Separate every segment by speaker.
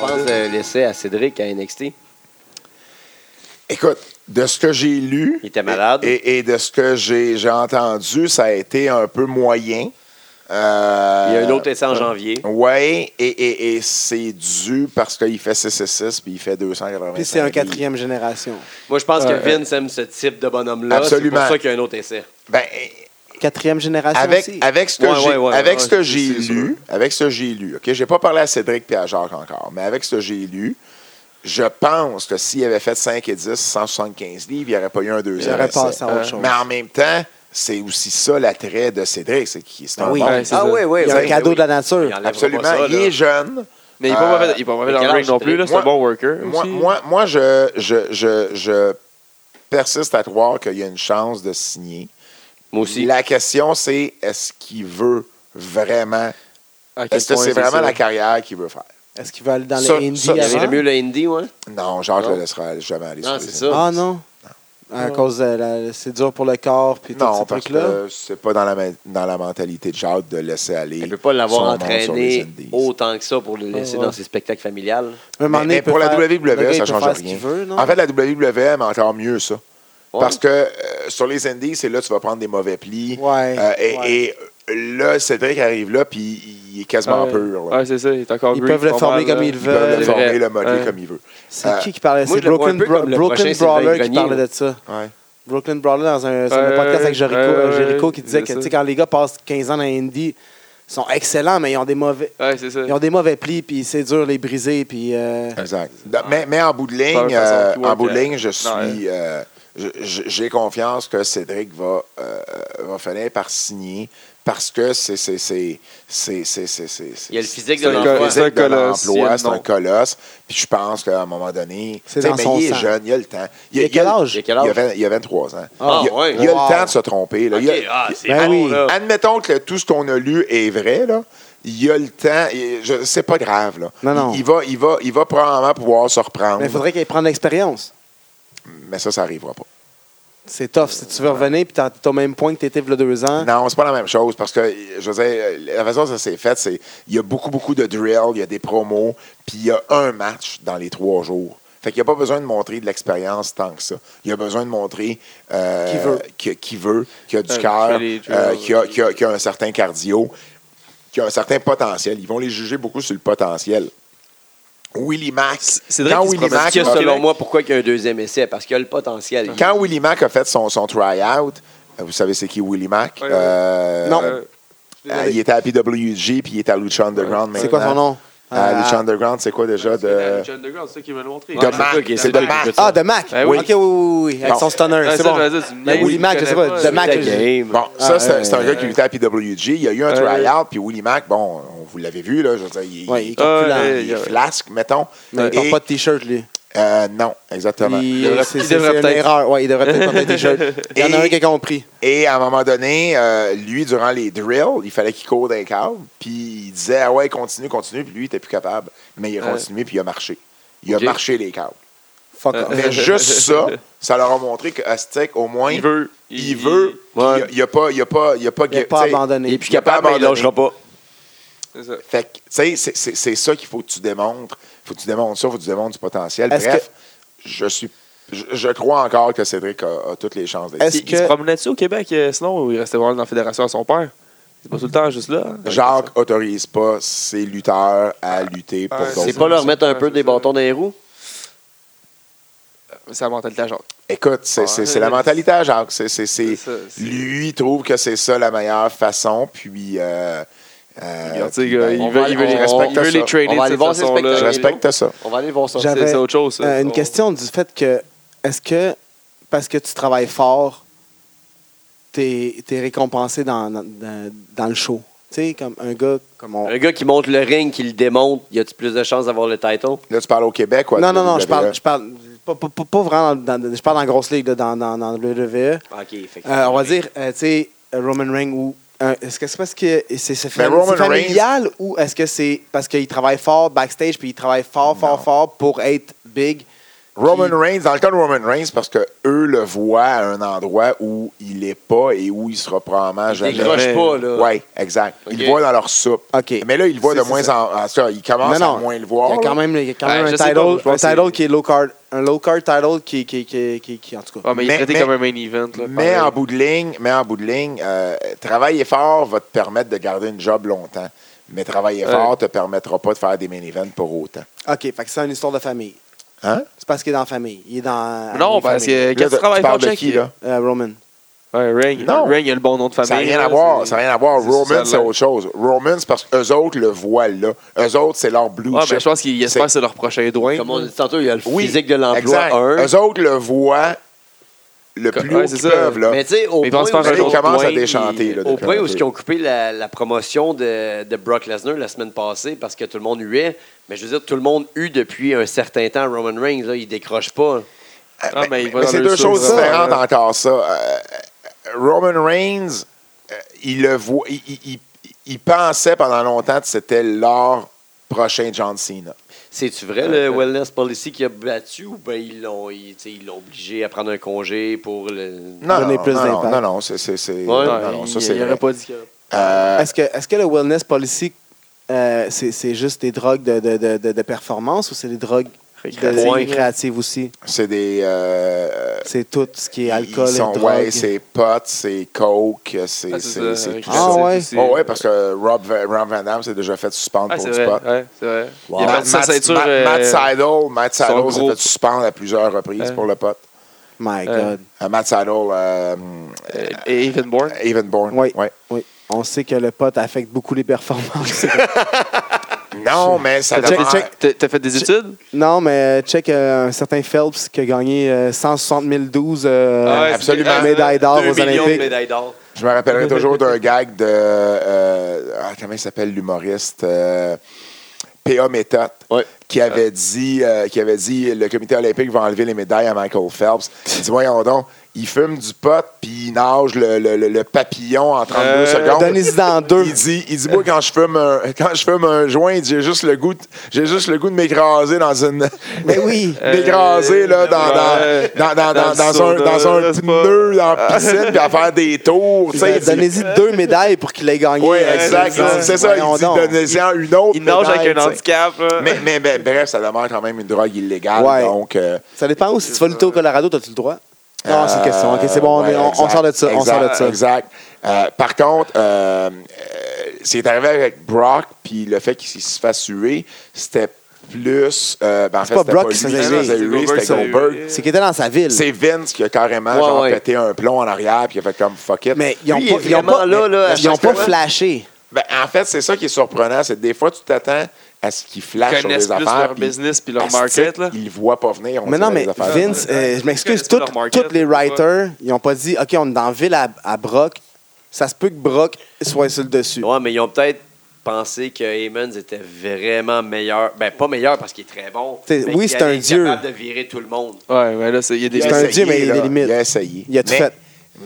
Speaker 1: pense de l'essai à Cédric à NXT?
Speaker 2: Écoute, de ce que j'ai lu.
Speaker 1: Il était malade.
Speaker 2: Et, et de ce que j'ai j'ai entendu, ça a été un peu moyen. Euh,
Speaker 1: Il y a un autre essai en janvier.
Speaker 2: Oui, et, et- et c'est dû parce qu'il fait 6 et 6 puis il fait 280.
Speaker 3: Puis c'est en quatrième génération.
Speaker 1: Moi, je pense
Speaker 3: Ouais,
Speaker 1: que Vince aime ce type de bonhomme-là. C'est
Speaker 2: Absolument.
Speaker 1: pour ça qu'il y a un autre essai.
Speaker 2: Ben,
Speaker 3: Quatrième génération
Speaker 2: avec,
Speaker 3: aussi.
Speaker 2: avec ce que
Speaker 1: Ouais,
Speaker 2: j'ai
Speaker 1: ouais, ouais,
Speaker 2: avec ce
Speaker 1: ouais,
Speaker 2: que j'ai
Speaker 1: c'est
Speaker 2: lu, avec ce que j'ai lu, OK, j'ai pas parlé à Cédric et à Jacques encore, mais avec ce que j'ai lu, je pense que s'il avait fait 5 et 10, 175 livres, il n'y aurait pas eu un deuxième.
Speaker 3: aurait
Speaker 2: essai. Euh,
Speaker 3: passé à autre chose.
Speaker 2: Mais en même temps, c'est aussi ça l'attrait de Cédric, c'est qu'il c'est un
Speaker 4: Ah oui,
Speaker 2: bon.
Speaker 4: ouais, c'est ça.
Speaker 1: oui,
Speaker 3: Il y a
Speaker 2: oui,
Speaker 3: un cadeau
Speaker 2: oui.
Speaker 3: de la nature.
Speaker 1: Il enlèvera
Speaker 2: Absolument.
Speaker 1: pas ça,
Speaker 2: il
Speaker 1: là.
Speaker 2: est jeune.
Speaker 4: Mais il est pas
Speaker 2: Euh,
Speaker 4: mauvais, il est pas mauvais dans
Speaker 1: quel
Speaker 4: le ring
Speaker 1: âge,
Speaker 4: non plus. là, C'est
Speaker 2: Moi-
Speaker 4: un bon worker.
Speaker 2: Moi,
Speaker 4: aussi.
Speaker 2: moi, moi je, je, je, je persiste à croire qu'il y a une chance de signer.
Speaker 1: Moi aussi.
Speaker 2: La question, c'est est-ce qu'il veut vraiment.
Speaker 4: À quel
Speaker 2: Est-ce que
Speaker 4: point
Speaker 2: c'est vraiment
Speaker 4: ça?
Speaker 2: la carrière qu'il veut faire?
Speaker 3: Est-ce qu'il va aller dans
Speaker 2: Ça-
Speaker 3: les indies
Speaker 2: ça-
Speaker 1: Il
Speaker 3: avant?
Speaker 1: avait mieux le indie, ouais.
Speaker 2: Non, Jacques
Speaker 1: Non.
Speaker 2: ne le laissera jamais aller
Speaker 1: Non,
Speaker 2: sur les
Speaker 1: c'est
Speaker 2: scènes.
Speaker 1: ça.
Speaker 3: Ah non? À cause de la- c'est dur pour le corps puis tout
Speaker 2: Non,
Speaker 3: ces
Speaker 2: parce
Speaker 3: trucs-là.
Speaker 2: que c'est pas dans la, ma- dans la mentalité de Jacques de laisser aller.
Speaker 1: Il ne peut pas l'avoir
Speaker 2: son monde sur les
Speaker 1: entraîné
Speaker 2: indies.
Speaker 1: autant que ça pour le laisser
Speaker 3: Ah ouais.
Speaker 1: dans ses spectacles familiales.
Speaker 3: Un moment
Speaker 2: Mais,
Speaker 3: donné,
Speaker 2: mais
Speaker 3: il peut
Speaker 2: pour la
Speaker 3: faire- le gars,
Speaker 2: WWE,
Speaker 3: il
Speaker 2: ça
Speaker 3: peut
Speaker 2: change
Speaker 3: faire ce
Speaker 2: rien.
Speaker 3: qu'il veut, non?
Speaker 2: en fait, la WWE, mais encore mieux ça.
Speaker 1: Ouais.
Speaker 2: Parce que euh, sur les indies, c'est là que tu vas prendre des mauvais plis.
Speaker 3: Ouais,
Speaker 2: Euh, et,
Speaker 3: ouais.
Speaker 2: et, euh, là, Cédric arrive là, puis il est quasiment
Speaker 4: Ouais.
Speaker 2: pur. là.
Speaker 4: Ouais, c'est ça, il est encore
Speaker 3: Ils
Speaker 4: green,
Speaker 3: peuvent le
Speaker 4: pas
Speaker 3: former
Speaker 4: mal, euh,
Speaker 3: comme
Speaker 4: là.
Speaker 3: ils
Speaker 2: Ils peuvent
Speaker 4: c'est
Speaker 2: le
Speaker 3: veulent.
Speaker 2: former,
Speaker 4: vrai.
Speaker 2: le modeler
Speaker 4: Ouais.
Speaker 2: comme il veut.
Speaker 3: C'est
Speaker 2: Euh,
Speaker 3: qui qui parlait?
Speaker 1: moi,
Speaker 3: C'est
Speaker 1: je le vois
Speaker 3: Brooklyn
Speaker 1: un peu
Speaker 3: Bra-
Speaker 1: comme le
Speaker 3: Brooklyn
Speaker 1: prochain Sylvain
Speaker 3: Brawler qui
Speaker 1: Grenier,
Speaker 3: parlait
Speaker 1: là.
Speaker 3: de ça.
Speaker 2: Ouais.
Speaker 3: Brooklyn Brawler dans un, sur un
Speaker 4: Ouais,
Speaker 3: podcast avec Jericho,
Speaker 4: ouais,
Speaker 3: euh, Jericho
Speaker 4: ouais,
Speaker 3: qui disait
Speaker 4: c'est
Speaker 3: que
Speaker 4: ça.
Speaker 3: tu sais, quand les gars passent 15 ans dans Indy, ils sont excellents, mais ils ont des mauvais,
Speaker 4: Ouais, c'est ça.
Speaker 3: ils ont des mauvais plis, puis c'est dur de les briser. Puis, euh,
Speaker 2: Exact. Donc, Mais, mais en bout de ligne,
Speaker 4: Faire façon
Speaker 2: euh,
Speaker 4: tout
Speaker 2: en
Speaker 4: work,
Speaker 2: bout de
Speaker 4: euh,
Speaker 2: ligne, je
Speaker 4: non,
Speaker 2: suis.
Speaker 4: hein.
Speaker 2: euh, je- je- J'ai confiance que Cédric va, euh, va finir par signer parce que c'est. c'est- c'est- c'est- c'est- c'est- c'est- c'est-
Speaker 1: Il y a le physique de
Speaker 2: c'est-
Speaker 1: l'emploi.
Speaker 2: le physique
Speaker 4: C'est
Speaker 2: de
Speaker 4: un colosse,
Speaker 2: l'emploi,
Speaker 4: il y a le
Speaker 2: C'est un
Speaker 4: nom.
Speaker 2: colosse. Puis je pense qu'à un moment donné.
Speaker 3: C'est
Speaker 2: tu sais,
Speaker 3: dans
Speaker 2: mais
Speaker 3: son
Speaker 2: il est
Speaker 3: sang.
Speaker 2: jeune, il a le temps.
Speaker 3: Il a quel âge?
Speaker 1: Il a quel
Speaker 2: Il a,
Speaker 1: âge?
Speaker 2: 20 il a 23 ans.
Speaker 1: Ah,
Speaker 2: il a,
Speaker 1: ouais.
Speaker 2: il a
Speaker 3: Wow.
Speaker 2: le temps de se tromper. là. Il a-
Speaker 1: Ok, ah, c'est
Speaker 3: Ben
Speaker 1: bon,
Speaker 3: oui.
Speaker 1: là.
Speaker 2: Admettons que tout ce qu'on a lu est vrai, là. Il a le temps. il- je- C'est pas grave, là.
Speaker 3: Non, non.
Speaker 2: Il, il va, il, va, il va probablement pouvoir se reprendre.
Speaker 3: mais il faudrait qu'ils prennent l'expérience.
Speaker 2: Mais ça, ça n'arrivera pas.
Speaker 3: C'est tough. Si tu veux revenir, puis t'as- t'es au même point que t'étais il y a deux ans.
Speaker 2: Non, c'est pas la même chose parce que, je veux dire, la façon dont ça s'est fait, c'est il y a beaucoup, beaucoup de drills, il y a des promos, puis il y a un match dans les trois jours. Fait qu'il n'y a pas besoin de montrer de l'expérience tant que ça. Il y a besoin de montrer euh,
Speaker 3: Qui veut.
Speaker 2: que- qui veut, qui a du
Speaker 4: Euh,
Speaker 2: cœur,
Speaker 4: les drills.
Speaker 2: euh, qui, a, qui a- qui a un certain cardio, qui a un certain potentiel. Ils vont les juger beaucoup sur le potentiel. Willie Mack.
Speaker 4: Cédric,
Speaker 2: quand
Speaker 4: il se
Speaker 2: Willie
Speaker 4: promène-
Speaker 2: Mack
Speaker 1: Qu'est-ce
Speaker 2: a-
Speaker 1: que, selon moi, pourquoi il y a un deuxième essai? Parce qu'il y a le potentiel.
Speaker 2: quand Willie Mack a fait son, son try-out, euh, vous savez c'est qui Willie Mack?
Speaker 4: Ouais, ouais.
Speaker 2: Euh,
Speaker 3: Non.
Speaker 4: Euh,
Speaker 2: euh, il était à PWG, puis il est à Lucha Underground
Speaker 3: C'est quoi son
Speaker 2: maintenant.
Speaker 3: nom?
Speaker 2: Euh,
Speaker 3: Euh,
Speaker 2: Lucha Underground, c'est quoi déjà? De...
Speaker 4: John DeGraw, c'est ça qu'il veut le montrer.
Speaker 2: De
Speaker 4: Ouais,
Speaker 2: Mac,
Speaker 4: ça qui est-
Speaker 2: c'est
Speaker 4: ça
Speaker 2: de
Speaker 4: qui est-
Speaker 2: Mac.
Speaker 3: Ah, de Mac.
Speaker 4: Ben
Speaker 3: oui.
Speaker 4: oui.
Speaker 3: OK, oui, oui, oui. Avec
Speaker 2: Bon. Ben
Speaker 3: son stunner.
Speaker 4: Ouais,
Speaker 3: c'est
Speaker 4: ça,
Speaker 3: bon.
Speaker 4: je veux dire, tu me
Speaker 3: Mais
Speaker 4: niaises,
Speaker 3: Willie
Speaker 4: tu
Speaker 3: Mac, je sais
Speaker 4: connais
Speaker 3: pas.
Speaker 4: pas,
Speaker 3: De
Speaker 4: c'est
Speaker 3: Mac,
Speaker 1: la
Speaker 3: je-
Speaker 1: game.
Speaker 2: Bon, ça,
Speaker 3: Ah,
Speaker 2: c'est un- c'est un
Speaker 3: euh,
Speaker 2: gars qui luttait à PWG. Il y a eu un
Speaker 4: Ouais, ouais.
Speaker 2: try-out, puis Willie Mack, bon, on- vous l'avez vu, là, je veux dire, il,
Speaker 3: Ouais,
Speaker 2: il-
Speaker 3: il est corpulent.
Speaker 4: Ouais,
Speaker 2: il est flasque, mettons.
Speaker 3: Il porte
Speaker 2: Et-
Speaker 3: pas de t-shirt, lui.
Speaker 2: euh, non, exactement.
Speaker 3: Il-
Speaker 4: devrait-
Speaker 3: c'est-
Speaker 4: il
Speaker 3: C'est
Speaker 4: devrait
Speaker 3: c'est une
Speaker 4: peut-être.
Speaker 3: erreur. Ouais, il devrait peut-être porter un t-shirt. Il y en a
Speaker 2: Et-
Speaker 3: un qui a compris.
Speaker 2: Et à un moment donné, euh, lui, durant les drills, il fallait qu'il court d'un câble, puis il disait, ah ouais, continue, continue, puis lui, il était plus capable. Mais il a
Speaker 4: Ouais.
Speaker 2: continué, puis il a marché. Il
Speaker 1: Ok.
Speaker 2: a marché les câbles.
Speaker 3: Fuck
Speaker 4: Euh,
Speaker 3: off.
Speaker 2: Mais juste ça, ça leur a montré que Aztec, au moins,
Speaker 4: Il veut.
Speaker 2: il veut.
Speaker 1: Ouais.
Speaker 2: Il n'a pas, il a pas, il a pas,
Speaker 3: Il n'a
Speaker 2: gue-
Speaker 3: pas
Speaker 2: t'sais,
Speaker 3: abandonné.
Speaker 1: Il est plus
Speaker 2: Il a pas
Speaker 1: capable, mais il ne
Speaker 2: abandonné.
Speaker 1: lâchera pas.
Speaker 4: C'est ça.
Speaker 2: Fait que, tu sais, c'est- c'est c'est ça qu'il faut que tu démontres. faut que tu démontres ça, faut que tu démontres du potentiel.
Speaker 3: Est-ce
Speaker 2: Bref, je suis. Je, je crois encore que Cédric a, a toutes les chances d'être
Speaker 3: Est-ce
Speaker 2: ici.
Speaker 4: Il il se promenait-tu au Québec, euh, sinon, ou il restait vraiment dans la fédération à son père? C'est pas tout le temps juste là. hein?
Speaker 2: Jacques autorise pas ses lutteurs à lutter pour
Speaker 4: Ouais,
Speaker 2: d'autres.
Speaker 1: C'est pas leur mettre un peu des bâtons dans les roues?
Speaker 4: C'est la mentalité à Jacques.
Speaker 2: Écoute, c'est c'est- c'est la mentalité à Jacques. C'est- c'est- c'est-
Speaker 4: C'est ça, c'est-
Speaker 2: lui il trouve que c'est ça la meilleure façon, puis. euh, euh,
Speaker 4: Regarde, tu sais,
Speaker 2: puis,
Speaker 4: gars,
Speaker 2: ben,
Speaker 4: Il
Speaker 1: on
Speaker 4: veut
Speaker 1: va-
Speaker 4: il veut les
Speaker 1: on-
Speaker 4: respecter,
Speaker 2: on
Speaker 4: il veut
Speaker 2: veut
Speaker 4: les
Speaker 2: ça.
Speaker 4: trainer
Speaker 1: On va
Speaker 4: de
Speaker 1: aller
Speaker 4: cette
Speaker 1: voir ces
Speaker 4: façon-là.
Speaker 2: je
Speaker 1: spectacles.
Speaker 2: respecte ça.
Speaker 1: On va aller voir ça.
Speaker 3: J'avais-
Speaker 4: C'est c'est autre chose, ça.
Speaker 3: Euh, une
Speaker 4: On-
Speaker 3: question du fait que est-ce que parce que tu travailles fort, t'es es récompensé dans, dans- dans- dans le show. Tu sais, comme un gars comme on.
Speaker 1: Un gars qui monte le ring, qui le démonte, y a-tu plus de chances d'avoir le title?
Speaker 2: Là, tu parles au Québec ou à
Speaker 3: non, non, non, je
Speaker 2: WWE?
Speaker 3: parle, je parle pas, pas- pas- pas vraiment dans, dans- je parle dans la grosse ligue, là, dans, dans, dans le WWE.
Speaker 1: OK, fait que-
Speaker 3: Euh, on va dire, euh, tu sais, Roman Reigns ou. euh, est-ce que c'est parce que c'est c'est
Speaker 2: Mais
Speaker 4: Ben,
Speaker 3: fam-
Speaker 2: Roman
Speaker 3: c'est familial ou est-ce que c'est parce qu'il travaille fort backstage puis il travaille fort, fort, fort pour être big
Speaker 2: Roman Reigns, dans le cas de Roman Reigns, parce que eux le voient à un endroit où il est pas et où il sera probablement
Speaker 1: Il
Speaker 2: jamais.
Speaker 1: décroche pas, là.
Speaker 2: Oui, exact. Ils
Speaker 1: Ok.
Speaker 2: le voient dans leur soupe.
Speaker 3: OK.
Speaker 2: Mais là, ils le voient
Speaker 3: C'est-
Speaker 2: de
Speaker 3: c'est
Speaker 2: moins en en ça, Ils commencent
Speaker 3: Non, non.
Speaker 2: à moins le voir.
Speaker 3: Il y a
Speaker 2: là.
Speaker 3: quand même, il y a quand
Speaker 4: Ben,
Speaker 3: même
Speaker 4: je
Speaker 3: un
Speaker 4: sais pas,
Speaker 3: title,
Speaker 4: je pense
Speaker 3: un title
Speaker 4: que-
Speaker 3: qui est low card. Un low card title qui, qui, qui, qui, qui- en tout cas.
Speaker 4: Ah, mais il
Speaker 2: Mais-
Speaker 4: est traité
Speaker 2: mais-
Speaker 4: comme un main event. Là,
Speaker 2: Mais
Speaker 4: pareil.
Speaker 2: en bout de ligne, mais en bout de ligne, euh, travailler fort va te permettre de garder une job longtemps. Mais travailler
Speaker 4: Ouais.
Speaker 2: fort ne te permettra pas de faire des main events pour autant.
Speaker 3: OK, fait que c'est une histoire de famille.
Speaker 2: Hein?
Speaker 3: C'est parce qu'il est dans la famille. Il est dans.
Speaker 4: Non,
Speaker 3: dans la
Speaker 4: parce
Speaker 3: famille.
Speaker 4: que quand
Speaker 2: Là,
Speaker 4: tu travailles
Speaker 2: parles
Speaker 4: fort,
Speaker 2: de
Speaker 4: check,
Speaker 2: qui, là?
Speaker 3: Euh, Roman.
Speaker 4: Ouais, Ring.
Speaker 2: Non.
Speaker 4: Ring, il a le bon nom de famille.
Speaker 2: Ça n'a rien
Speaker 4: là,
Speaker 2: à voir.
Speaker 4: c'est-
Speaker 2: Ça n'a rien à voir.
Speaker 4: c'est- ça a
Speaker 2: Roman,
Speaker 4: l'air.
Speaker 2: c'est autre chose. Roman, c'est parce qu'eux autres le voient là. Eux autres, c'est leur blue chip.
Speaker 4: Ouais, mais Ah, ben, je pense qu'il espère que c'est leur prochain doigt.
Speaker 1: Comme on dit tantôt, il y a le
Speaker 2: Oui,
Speaker 1: physique de l'emploi
Speaker 2: Exact.
Speaker 1: 1.
Speaker 2: Eux autres le voient le
Speaker 4: Co-
Speaker 2: plus
Speaker 4: ouais,
Speaker 2: haut
Speaker 4: c'est
Speaker 2: qu'ils
Speaker 4: ça.
Speaker 2: peuvent. Là.
Speaker 1: Mais tu sais, au
Speaker 4: Mais ils
Speaker 1: point
Speaker 4: vont se
Speaker 1: où,
Speaker 4: faire un
Speaker 2: Là,
Speaker 4: autre
Speaker 2: ils commencent
Speaker 4: point,
Speaker 2: à déchanter.
Speaker 4: ils-
Speaker 2: Là,
Speaker 1: au
Speaker 2: depuis
Speaker 1: point où
Speaker 2: un
Speaker 1: ce
Speaker 2: peu.
Speaker 1: qu'ils ont coupé la, la promotion de, de Brock Lesnar la semaine passée parce que tout le monde huait. Mais je veux dire, tout le monde eut depuis un certain temps Roman Reigns. Là, il décroche pas.
Speaker 2: Ah,
Speaker 4: Ah,
Speaker 2: mais-
Speaker 4: mais il va
Speaker 2: mais
Speaker 4: dans
Speaker 2: c'est
Speaker 4: le
Speaker 2: deux
Speaker 4: sud,
Speaker 2: choses
Speaker 4: ça,
Speaker 2: différentes
Speaker 4: là.
Speaker 2: encore, ça. Euh, Roman Reigns, euh, il le voit, il, il- il- il pensait pendant longtemps que c'était leur prochain John Cena.
Speaker 1: C'est-tu vrai, le Wellness Policy qui a battu ou ben ils l'ont ils, tu sais, ils l'ont obligé à prendre un congé pour le.
Speaker 2: Non,
Speaker 3: Donner
Speaker 2: non,
Speaker 3: plus
Speaker 2: non, non,
Speaker 3: d'impact.
Speaker 2: non, non, c'est- c'est- c'est-
Speaker 1: Ouais,
Speaker 4: Ouais,
Speaker 2: non, non, ça
Speaker 4: il-
Speaker 2: c'est
Speaker 4: il aurait
Speaker 2: vrai.
Speaker 4: pas dit que.
Speaker 2: Euh,
Speaker 3: Est-ce que, est que le wellness policy, euh, c'est c'est juste des drogues de, de, de, de- de performance ou c'est des drogues
Speaker 4: Récréatives.
Speaker 3: de- récréatives aussi?
Speaker 2: c'est des. euh,
Speaker 3: C'est tout ce qui est alcool
Speaker 2: ils sont-
Speaker 3: et drogue.
Speaker 2: ouais, c'est pot, c'est coke, c'est
Speaker 4: Ah,
Speaker 2: c'est- c'est tout
Speaker 3: Ah,
Speaker 2: ça.
Speaker 3: ouais.
Speaker 2: Oui, ouais, parce que Rob, Va- Rob Van Damme s'est déjà fait suspendre
Speaker 4: euh, Ah,
Speaker 2: pour
Speaker 4: c'est
Speaker 2: du
Speaker 4: vrai.
Speaker 2: pot.
Speaker 4: Ouais, c'est vrai.
Speaker 2: Wow.
Speaker 4: Il a
Speaker 2: Matt,
Speaker 4: perdu sa
Speaker 2: Matt-
Speaker 4: ceinture.
Speaker 2: Matt-
Speaker 4: euh,
Speaker 2: Matt Seidel, Matt
Speaker 4: son
Speaker 2: Seidel s'est
Speaker 4: gros-
Speaker 2: fait suspendre à plusieurs reprises
Speaker 4: Ouais.
Speaker 2: pour le pot.
Speaker 3: My
Speaker 4: Euh,
Speaker 3: God.
Speaker 2: Euh, Matt Seidel, euh,
Speaker 4: euh, et Evenborn.
Speaker 2: Evenborn.
Speaker 3: Oui.
Speaker 2: Ouais.
Speaker 3: Oui. On sait que le pot affecte beaucoup les performances.
Speaker 2: Non, mais ça
Speaker 4: T'as
Speaker 2: dépend.
Speaker 4: check- t'as- t'as fait des études?
Speaker 3: non, mais euh, check euh, un certain Phelps qui a gagné euh, 160 012 euh,
Speaker 4: Ah ouais,
Speaker 2: absolument.
Speaker 4: c'est-
Speaker 3: médailles d'or
Speaker 1: Deux
Speaker 3: aux
Speaker 1: millions de
Speaker 3: Olympiques.
Speaker 1: médailles d'or.
Speaker 2: Je me rappellerai toujours d'un gag de. euh, ah, comment il s'appelle l'humoriste euh, P.A. Méthode.
Speaker 1: Ouais.
Speaker 2: Qui avait, dit, euh, qui avait dit le comité olympique va enlever les médailles à Michael Phelps. Il dit Voyons donc, il fume du pot puis il nage le, le- le- le papillon en 32
Speaker 4: Euh,
Speaker 2: secondes.
Speaker 3: Donnez-y dans deux.
Speaker 2: Il dit, il dit moi quand je fume un, quand je fume un joint, il dit, j'ai juste le goût, de- j'ai juste le goût de m'écraser dans une
Speaker 3: Mais oui.
Speaker 2: m'écraser là dans,
Speaker 4: Euh, Ouais.
Speaker 2: dans, dans, dans,
Speaker 4: Dans
Speaker 2: dans,
Speaker 4: le
Speaker 2: dans un
Speaker 4: sauna,
Speaker 2: dans un
Speaker 4: n'est-ce pas?
Speaker 2: pneu dans la piscine puis à faire des tours, tu sais. il dit-
Speaker 3: Donnez-y deux médailles pour qu'il ait gagné.
Speaker 2: Oui,
Speaker 3: euh,
Speaker 2: exact.
Speaker 3: dix ans.
Speaker 2: C'est ça,
Speaker 3: Voyons
Speaker 2: il dit
Speaker 3: donc.
Speaker 2: donnez-y en une autre.
Speaker 4: Il nage
Speaker 2: médaille,
Speaker 4: avec un
Speaker 2: tu sais.
Speaker 4: handicap. hein.
Speaker 2: Mais, mais, mais bref, ça demeure quand même une drogue illégale.
Speaker 3: Ouais.
Speaker 2: Donc, euh,
Speaker 3: Ça dépend où. Si tu vas lutter au Colorado, as-tu le droit? Non, c'est une
Speaker 2: Euh,
Speaker 3: question. OK, c'est bon, on,
Speaker 2: ouais,
Speaker 3: est- on- on
Speaker 2: exact,
Speaker 3: sort de ça. On
Speaker 2: exact,
Speaker 3: sort de ça.
Speaker 2: Exact. Euh, par contre, euh, euh, c'est arrivé avec Brock, puis le fait qu'il se fasse huer, c'était plus. euh, ben, en
Speaker 3: C'est
Speaker 2: fait,
Speaker 3: pas
Speaker 2: c'était
Speaker 3: Brock qui se faisait
Speaker 2: lui qui se faisait
Speaker 4: huer.
Speaker 2: huer, c'était
Speaker 4: C'est Goldberg.
Speaker 2: Goldberg.
Speaker 3: C'est qu'il était dans sa ville.
Speaker 2: C'est Vince qui a carrément
Speaker 1: Ouais,
Speaker 2: genre,
Speaker 1: ouais.
Speaker 2: pété un plomb en arrière, puis il a fait comme fuck it.
Speaker 3: Mais ils n'ont
Speaker 1: Lui, il est
Speaker 3: pas, ils ont
Speaker 1: vraiment
Speaker 3: pas,
Speaker 1: là, là, à
Speaker 3: ils ont
Speaker 1: chaque
Speaker 3: pas
Speaker 1: fois.
Speaker 3: flashé.
Speaker 2: Ben, en fait, c'est ça qui est surprenant, c'est que des fois, tu t'attends à ce qu'il flash
Speaker 4: Ils
Speaker 2: sur des
Speaker 4: connaissent plus
Speaker 2: affaires.
Speaker 4: leur
Speaker 2: puis-
Speaker 4: business puis leur
Speaker 2: Asti,
Speaker 4: market. là.
Speaker 2: Ils le voient pas venir. on
Speaker 3: Mais non,
Speaker 2: dirait,
Speaker 3: mais
Speaker 2: les affaires.
Speaker 3: Vince, euh, je m'excuse,
Speaker 4: Ils connaissent pas
Speaker 3: tout-
Speaker 4: leur market,
Speaker 3: tous les writers, ils n'ont pas dit, OK, on est dans la ville à, à Brock. Ça se peut que Brock soit sur le dessus.
Speaker 1: Ouais, mais ils ont peut-être pensé que Heyman était vraiment meilleur. Ben, pas meilleur parce qu'il est très bon.
Speaker 3: T'sais,
Speaker 1: mais
Speaker 3: oui,
Speaker 1: qu'il
Speaker 3: c'est un
Speaker 1: est
Speaker 3: dieu.
Speaker 1: capable de virer tout le monde.
Speaker 4: Ouais, mais là, c'est- il y a des
Speaker 2: Il a
Speaker 3: C'est un
Speaker 2: essayé,
Speaker 3: dieu, mais il y a des
Speaker 2: là.
Speaker 3: limites.
Speaker 2: Il a essayé.
Speaker 3: Il a tout
Speaker 2: Mais-
Speaker 3: fait.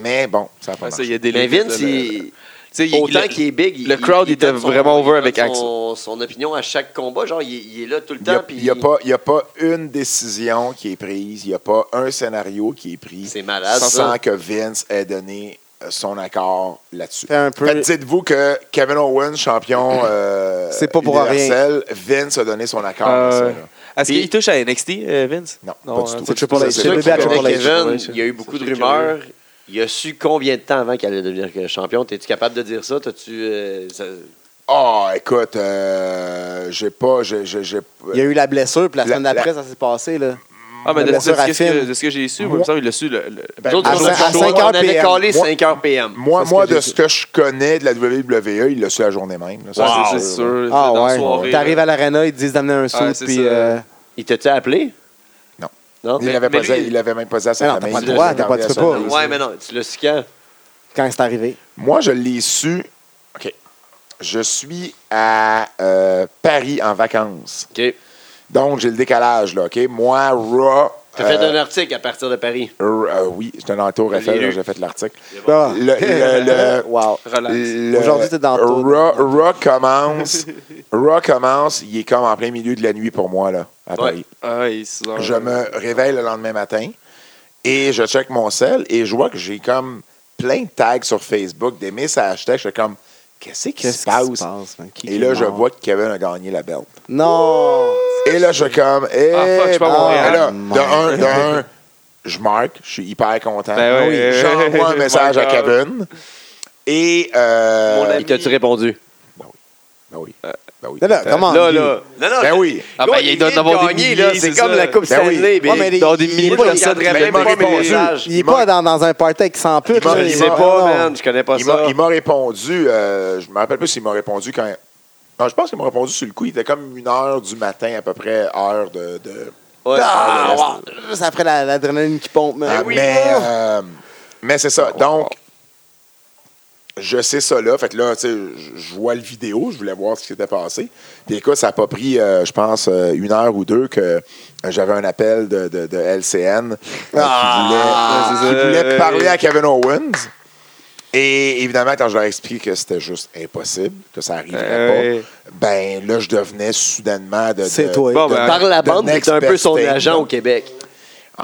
Speaker 2: Mais bon, ça a pas
Speaker 4: Ouais, ça,
Speaker 2: marché.
Speaker 4: il y a des
Speaker 1: Mais
Speaker 4: limites,
Speaker 1: Vince,
Speaker 4: là,
Speaker 1: il-
Speaker 4: mais- Tu sais, il-
Speaker 1: Autant
Speaker 4: le-
Speaker 1: qu'il est big,
Speaker 4: le crowd était
Speaker 1: donne son-
Speaker 4: vraiment over
Speaker 1: il donne
Speaker 4: avec
Speaker 1: son, son opinion à chaque combat, genre il, il est là tout le
Speaker 2: Il n'y
Speaker 1: temps.
Speaker 2: a,
Speaker 1: puis
Speaker 2: il y a pas- il y a pas une décision qui est prise, il n'y a pas un scénario qui est pris
Speaker 1: C'est malade,
Speaker 2: sans
Speaker 1: ça.
Speaker 2: que Vince ait donné euh, son accord là-dessus.
Speaker 3: Fait un peu-
Speaker 2: Fait que Dites-vous que Kevin Owens, champion euh,
Speaker 3: C'est pas pour Ah,
Speaker 2: universel, Vince a donné son accord à ça.
Speaker 4: Euh,
Speaker 2: là.
Speaker 4: Est-ce
Speaker 1: Puis-
Speaker 4: qu'il touche à NXT, euh, Vince?
Speaker 2: Non, pas du
Speaker 4: hein,
Speaker 2: tout.
Speaker 4: c'est-
Speaker 3: C'est Triple H.
Speaker 2: Ça,
Speaker 1: C'est
Speaker 3: C'est
Speaker 1: sûr
Speaker 3: bébé
Speaker 1: qu'il
Speaker 3: à Triple
Speaker 1: connaît
Speaker 3: H.
Speaker 1: Kevin,
Speaker 4: Ouais,
Speaker 1: il y a eu beaucoup de rumeurs. Il a su combien de temps avant qu'il allait devenir champion? T'es-tu capable de dire ça? T'as-tu. euh, ça-
Speaker 2: Ah, écoute, euh, j'ai pas... j'ai- j'ai- j'ai-
Speaker 3: Il y a eu la blessure, puis la
Speaker 2: La-
Speaker 3: semaine d'après,
Speaker 2: la-
Speaker 3: ça s'est passé. Là.
Speaker 4: Ah, mais de,
Speaker 3: La
Speaker 4: de- de-
Speaker 3: blessure à
Speaker 4: de- qu'est-ce que-
Speaker 3: Finn.
Speaker 4: de ce que j'ai su, moi, il me semble qu'il l'a su. le- le-
Speaker 2: Ben,
Speaker 1: Nous autres,
Speaker 2: à
Speaker 1: on
Speaker 2: cin-
Speaker 1: a-
Speaker 3: à cinq
Speaker 1: on
Speaker 3: heures
Speaker 1: avait
Speaker 3: PM.
Speaker 1: calé
Speaker 2: Moi-
Speaker 1: 5 heures PM.
Speaker 2: Moi,
Speaker 4: C'est ce
Speaker 2: moi
Speaker 4: que
Speaker 2: de
Speaker 4: j'ai-
Speaker 2: ce que je connais de la WWE, il l'a su la journée même. là. Ça,
Speaker 4: Ouais,
Speaker 1: Wow.
Speaker 4: c'est c'est sûr.
Speaker 3: Ah
Speaker 4: dans la
Speaker 3: ouais.
Speaker 4: soirée,
Speaker 3: T'arrives
Speaker 4: là.
Speaker 3: à l'arena, ils te disent d'amener un saut,
Speaker 4: c'est
Speaker 3: puis.
Speaker 4: ça.
Speaker 3: euh,
Speaker 1: Il t'a-tu appelé?
Speaker 2: Non.
Speaker 1: Non?
Speaker 2: Il
Speaker 4: Mais-
Speaker 2: l'avait
Speaker 4: mais
Speaker 2: pas dit-
Speaker 4: lui-
Speaker 2: il l'avait même pas dit à sa
Speaker 3: Mais non, t'as
Speaker 2: famille.
Speaker 3: pas le
Speaker 2: Il
Speaker 3: droit,
Speaker 2: l'avait
Speaker 3: t'as pas-
Speaker 2: gardé à
Speaker 3: tu peux
Speaker 2: son
Speaker 3: pas.
Speaker 2: ami.
Speaker 1: Ouais, mais non, tu l'as su quand?
Speaker 3: quand c'est arrivé.
Speaker 2: Moi, je l'ai su. OK. Je suis à euh, Paris en vacances.
Speaker 1: OK.
Speaker 2: Donc, j'ai le décalage, là, OK? Moi, Raw,
Speaker 1: T'as fait un article à partir de Paris.
Speaker 2: R- euh, oui, j'étais dans Tour Eiffel,
Speaker 1: lu.
Speaker 2: là, j'ai fait l'article.
Speaker 3: Ah.
Speaker 2: Le, le- le-
Speaker 3: wow.
Speaker 4: Relax.
Speaker 2: le-
Speaker 3: Aujourd'hui, t'es dans Tour.
Speaker 2: Raw, Raw commence. Raw commence. Il est comme en plein milieu de la nuit pour moi, là, à Paris.
Speaker 4: Ah, ouais, il se-
Speaker 2: Je me réveille le lendemain matin et je check mon sel et je vois que j'ai comme plein de tags sur Facebook, des messages hashtags. Je suis comme, qu'est-ce qui se
Speaker 3: Qu'est-ce qui se
Speaker 2: passe?
Speaker 3: passe? man? Qui
Speaker 2: Et
Speaker 3: qui
Speaker 2: là,
Speaker 3: est
Speaker 2: je
Speaker 3: mort?
Speaker 2: vois que Kevin a gagné la belt.
Speaker 3: Non!
Speaker 2: Et là, je suis comme, eh,
Speaker 4: Ah, fuck, je suis pas
Speaker 2: ben,
Speaker 4: Montréal.
Speaker 2: là,
Speaker 3: Man.
Speaker 2: de un, de un, je marque, je suis hyper content.
Speaker 4: Ben oui.
Speaker 2: Oui, J'envoie un message à
Speaker 4: My God.
Speaker 2: Kevin. Et, euh,
Speaker 4: Mon ami. Euh,
Speaker 1: Il t'a-tu répondu?
Speaker 2: ben oui, ben oui.
Speaker 3: Là, là, comment?
Speaker 1: Là, là. Non, non,
Speaker 2: Ben oui.
Speaker 4: Ah, ben, il doit en avoir des milliers,
Speaker 1: là. C'est
Speaker 4: c'est
Speaker 1: comme
Speaker 4: ça.
Speaker 1: la Coupe
Speaker 2: Ben oui.
Speaker 1: Stanley.
Speaker 3: Ouais, mais les-
Speaker 1: dans des
Speaker 3: il-
Speaker 1: milliers de
Speaker 3: il-
Speaker 1: personnes,
Speaker 2: il- il-
Speaker 1: même pas
Speaker 2: il-
Speaker 1: mes
Speaker 2: il-
Speaker 1: messages.
Speaker 3: Il est pas dans, dans un party avec 100 putes.
Speaker 2: Il m'a-
Speaker 3: là.
Speaker 1: Je
Speaker 2: il
Speaker 1: sais
Speaker 2: m'a-
Speaker 1: pas,
Speaker 3: Non.
Speaker 1: man. Je connais pas
Speaker 2: Il m'a-
Speaker 1: ça.
Speaker 2: il m'a répondu, euh, je me rappelle plus s'il m'a répondu quand. Non, je pense qu'il m'a répondu sur le coup. Il était comme une heure du matin, à peu près, heure de. de-
Speaker 1: Ouais.
Speaker 3: Ah, wow. Juste après la- l'adrénaline qui pompe. man.
Speaker 1: Eh
Speaker 2: Ah, mais
Speaker 1: oh!
Speaker 2: euh, mais c'est ça. Donc, je sais ça là. Fait que là, tu sais, je- je vois le vidéo. Je voulais voir ce qui s'était passé. Puis écoute, ça n'a pas pris, euh, je pense, euh, une heure ou deux que j'avais un appel de, de- de LCN euh,
Speaker 3: Ah!
Speaker 2: qui, voulait, qui voulait
Speaker 4: Ouais.
Speaker 2: parler à Kevin Owens. Et évidemment, quand je leur ai expliqué que c'était juste impossible, que ça
Speaker 1: Eh
Speaker 2: arriverait
Speaker 4: Ouais.
Speaker 2: pas, ben là, je devenais soudainement de.
Speaker 3: C'est
Speaker 2: de-
Speaker 3: toi.
Speaker 4: Bon, ben,
Speaker 1: Par la
Speaker 2: The
Speaker 1: bande,
Speaker 2: next
Speaker 1: c'est un peu
Speaker 2: best
Speaker 1: son
Speaker 2: thing.
Speaker 1: agent au Québec.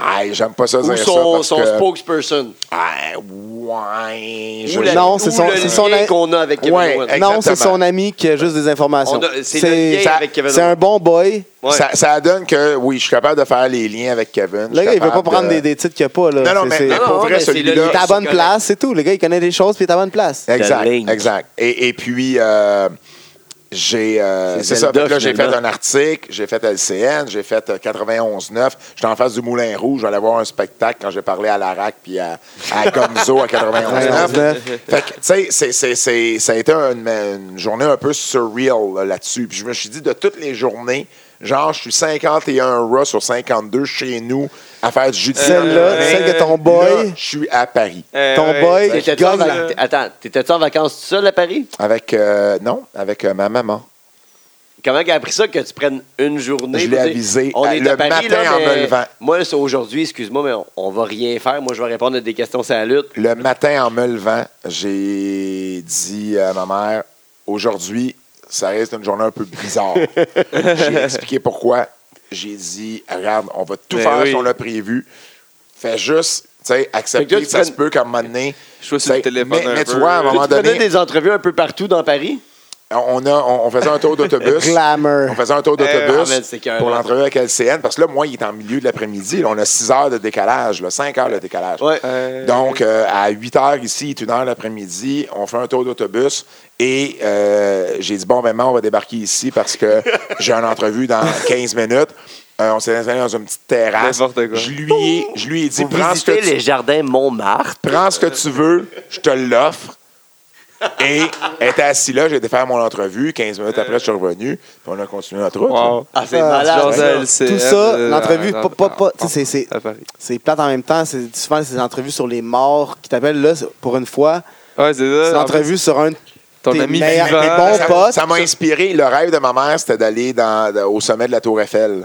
Speaker 2: Aïe, j'aime pas ça
Speaker 1: Ou
Speaker 2: dire ça.
Speaker 1: son,
Speaker 2: parce
Speaker 1: son
Speaker 2: que-
Speaker 1: spokesperson.
Speaker 2: Ah, ouais.
Speaker 1: Ou la-
Speaker 3: Non, c'est
Speaker 1: ou
Speaker 3: son-
Speaker 1: le
Speaker 3: c'est son
Speaker 1: lien
Speaker 3: a-
Speaker 1: qu'on a avec Kevin
Speaker 2: Ouais,
Speaker 1: Owens.
Speaker 2: exact.
Speaker 3: non, c'est
Speaker 2: exactement.
Speaker 3: son ami qui a juste des informations.
Speaker 1: On a- c'est le lien avec Kevin
Speaker 3: C'est
Speaker 1: Owens.
Speaker 3: un bon boy.
Speaker 1: Ouais.
Speaker 2: ça, ça donne que, oui, je suis capable de faire les liens avec Kevin.
Speaker 3: Le gars, il veut pas prendre des,
Speaker 2: détails.
Speaker 3: des titres qu'il n'y a pas. Là.
Speaker 2: Non, non,
Speaker 3: C'est-
Speaker 2: mais,
Speaker 3: c'est-
Speaker 2: mais
Speaker 1: Non, non,
Speaker 2: pour
Speaker 1: mais
Speaker 2: vrai,
Speaker 1: c'est le
Speaker 3: Il
Speaker 2: celui-là.
Speaker 3: est à la bonne
Speaker 1: c'est
Speaker 3: place, c'est tout. Le gars, il connaît des choses, puis il est à la bonne place.
Speaker 2: Exact,
Speaker 1: The link.
Speaker 2: exact. Et, et puis, euh, j'ai. euh,
Speaker 1: C'est
Speaker 2: c'est ça.
Speaker 1: Zelda,
Speaker 2: Fait que là, j'ai fait
Speaker 1: finalement.
Speaker 2: un article, j'ai fait LCN, j'ai fait euh, 91.9. J'étais en face du Moulin Rouge. J'allais voir un spectacle quand j'ai parlé à l'ARAC puis à, à Gomzo à 91.9. fait que, tu sais, c'est- c'est- c'est- ça a été une, une journée un peu surreal là, là-dessus. Puis je me suis dit, de toutes les journées, genre, je suis 51 Raw sur 52 chez nous à faire du judiciaire.
Speaker 3: Celle-là,
Speaker 4: Euh,
Speaker 3: celle que ton
Speaker 2: Là,
Speaker 3: boy,
Speaker 2: je suis à Paris.
Speaker 4: Euh,
Speaker 3: Ton
Speaker 4: ouais,
Speaker 3: boy,
Speaker 4: c'est-
Speaker 1: T'étais-tu en
Speaker 3: Gomme,
Speaker 1: vac-
Speaker 4: là.
Speaker 1: Attends, t'étais-tu en vacances tout seul à Paris?
Speaker 2: Avec, euh, non, avec euh, ma maman.
Speaker 1: Comment qu'elle a appris ça que tu prennes une journée?
Speaker 2: Je l'ai
Speaker 1: pour dire,
Speaker 2: avisé
Speaker 1: On
Speaker 2: à-
Speaker 1: est
Speaker 2: le
Speaker 1: à Paris,
Speaker 2: matin
Speaker 1: là,
Speaker 2: en me
Speaker 1: mais
Speaker 2: levant.
Speaker 1: Moi, c'est aujourd'hui, excuse-moi, mais on, on va rien faire. Moi, je vais répondre à des questions sur la lutte.
Speaker 2: Le matin, en me levant, j'ai dit à ma mère, aujourd'hui, ça reste une journée un peu bizarre. j'ai expliqué pourquoi. J'ai dit, regarde, on va tout
Speaker 4: Ben
Speaker 2: faire
Speaker 4: oui.
Speaker 2: ce qu'on a prévu. Fais juste, tu sais,
Speaker 1: Fait que
Speaker 2: accepter
Speaker 1: là,
Speaker 2: que
Speaker 1: tu
Speaker 2: ça se
Speaker 1: prennes-
Speaker 2: peut qu'à un moment donné,
Speaker 4: Je suis sur le
Speaker 2: T'sais,
Speaker 4: téléphone.
Speaker 2: mais-
Speaker 4: un
Speaker 2: mais tu
Speaker 4: peu.
Speaker 2: vois, à un moment
Speaker 1: Tu donnais
Speaker 2: donné-
Speaker 1: des entrevues un peu partout dans Paris?
Speaker 2: on, a, on, on faisait un tour d'autobus.
Speaker 3: glamour.
Speaker 2: euh, On faisait un tour
Speaker 1: Euh, ah,
Speaker 2: d'autobus
Speaker 1: mais c'est que-
Speaker 2: pour l'entrevue avec LCN, parce que là, moi, il est en milieu de l'après-midi. là, on a 6 heures de décalage, 5 heures de décalage.
Speaker 1: Ouais.
Speaker 4: Euh,
Speaker 2: Donc, euh, à 8 heures ici, il est 1 heure l'après-midi, on fait un tour d'autobus et euh, j'ai dit, bon, maman, on va débarquer ici parce que j'ai une entrevue dans 15 minutes. Euh, on s'est installé dans une petite terrasse.
Speaker 4: N'importe quoi.
Speaker 2: Je lui ai, je lui ai dit,
Speaker 1: Vous
Speaker 2: prends ce, que
Speaker 1: visitez les
Speaker 2: tu,
Speaker 1: jardins Montmartre.
Speaker 2: prends ce que tu veux, je te l'offre. Et elle était assise là, j'ai été faire mon entrevue. 15
Speaker 4: Euh.
Speaker 2: minutes après, je suis revenu. Puis on a continué notre route.
Speaker 4: wow.
Speaker 1: Ah, c'est
Speaker 3: Ah,
Speaker 1: malade.
Speaker 4: Genre
Speaker 1: ça.
Speaker 4: à LCN,
Speaker 3: Tout ça,
Speaker 4: euh,
Speaker 3: l'entrevue,
Speaker 4: à-
Speaker 3: pas- pas- pas- tu sais,
Speaker 4: à-
Speaker 3: c'est- c'est-
Speaker 4: à Paris.
Speaker 3: C'est plate en même temps. C'est souvent ces entrevues sur les morts qui t'appellent là pour une fois.
Speaker 4: Ouais, c'est ça.
Speaker 3: C'est
Speaker 4: Euh, En
Speaker 3: l'entrevue sur un. de
Speaker 4: Ton
Speaker 3: tes
Speaker 4: ami
Speaker 3: meilleurs-
Speaker 4: vivant.
Speaker 3: mes bons
Speaker 2: ça,
Speaker 3: potes.
Speaker 2: ça m'a inspiré. Le rêve de ma mère, c'était d'aller dans- dans- au sommet de la Tour Eiffel.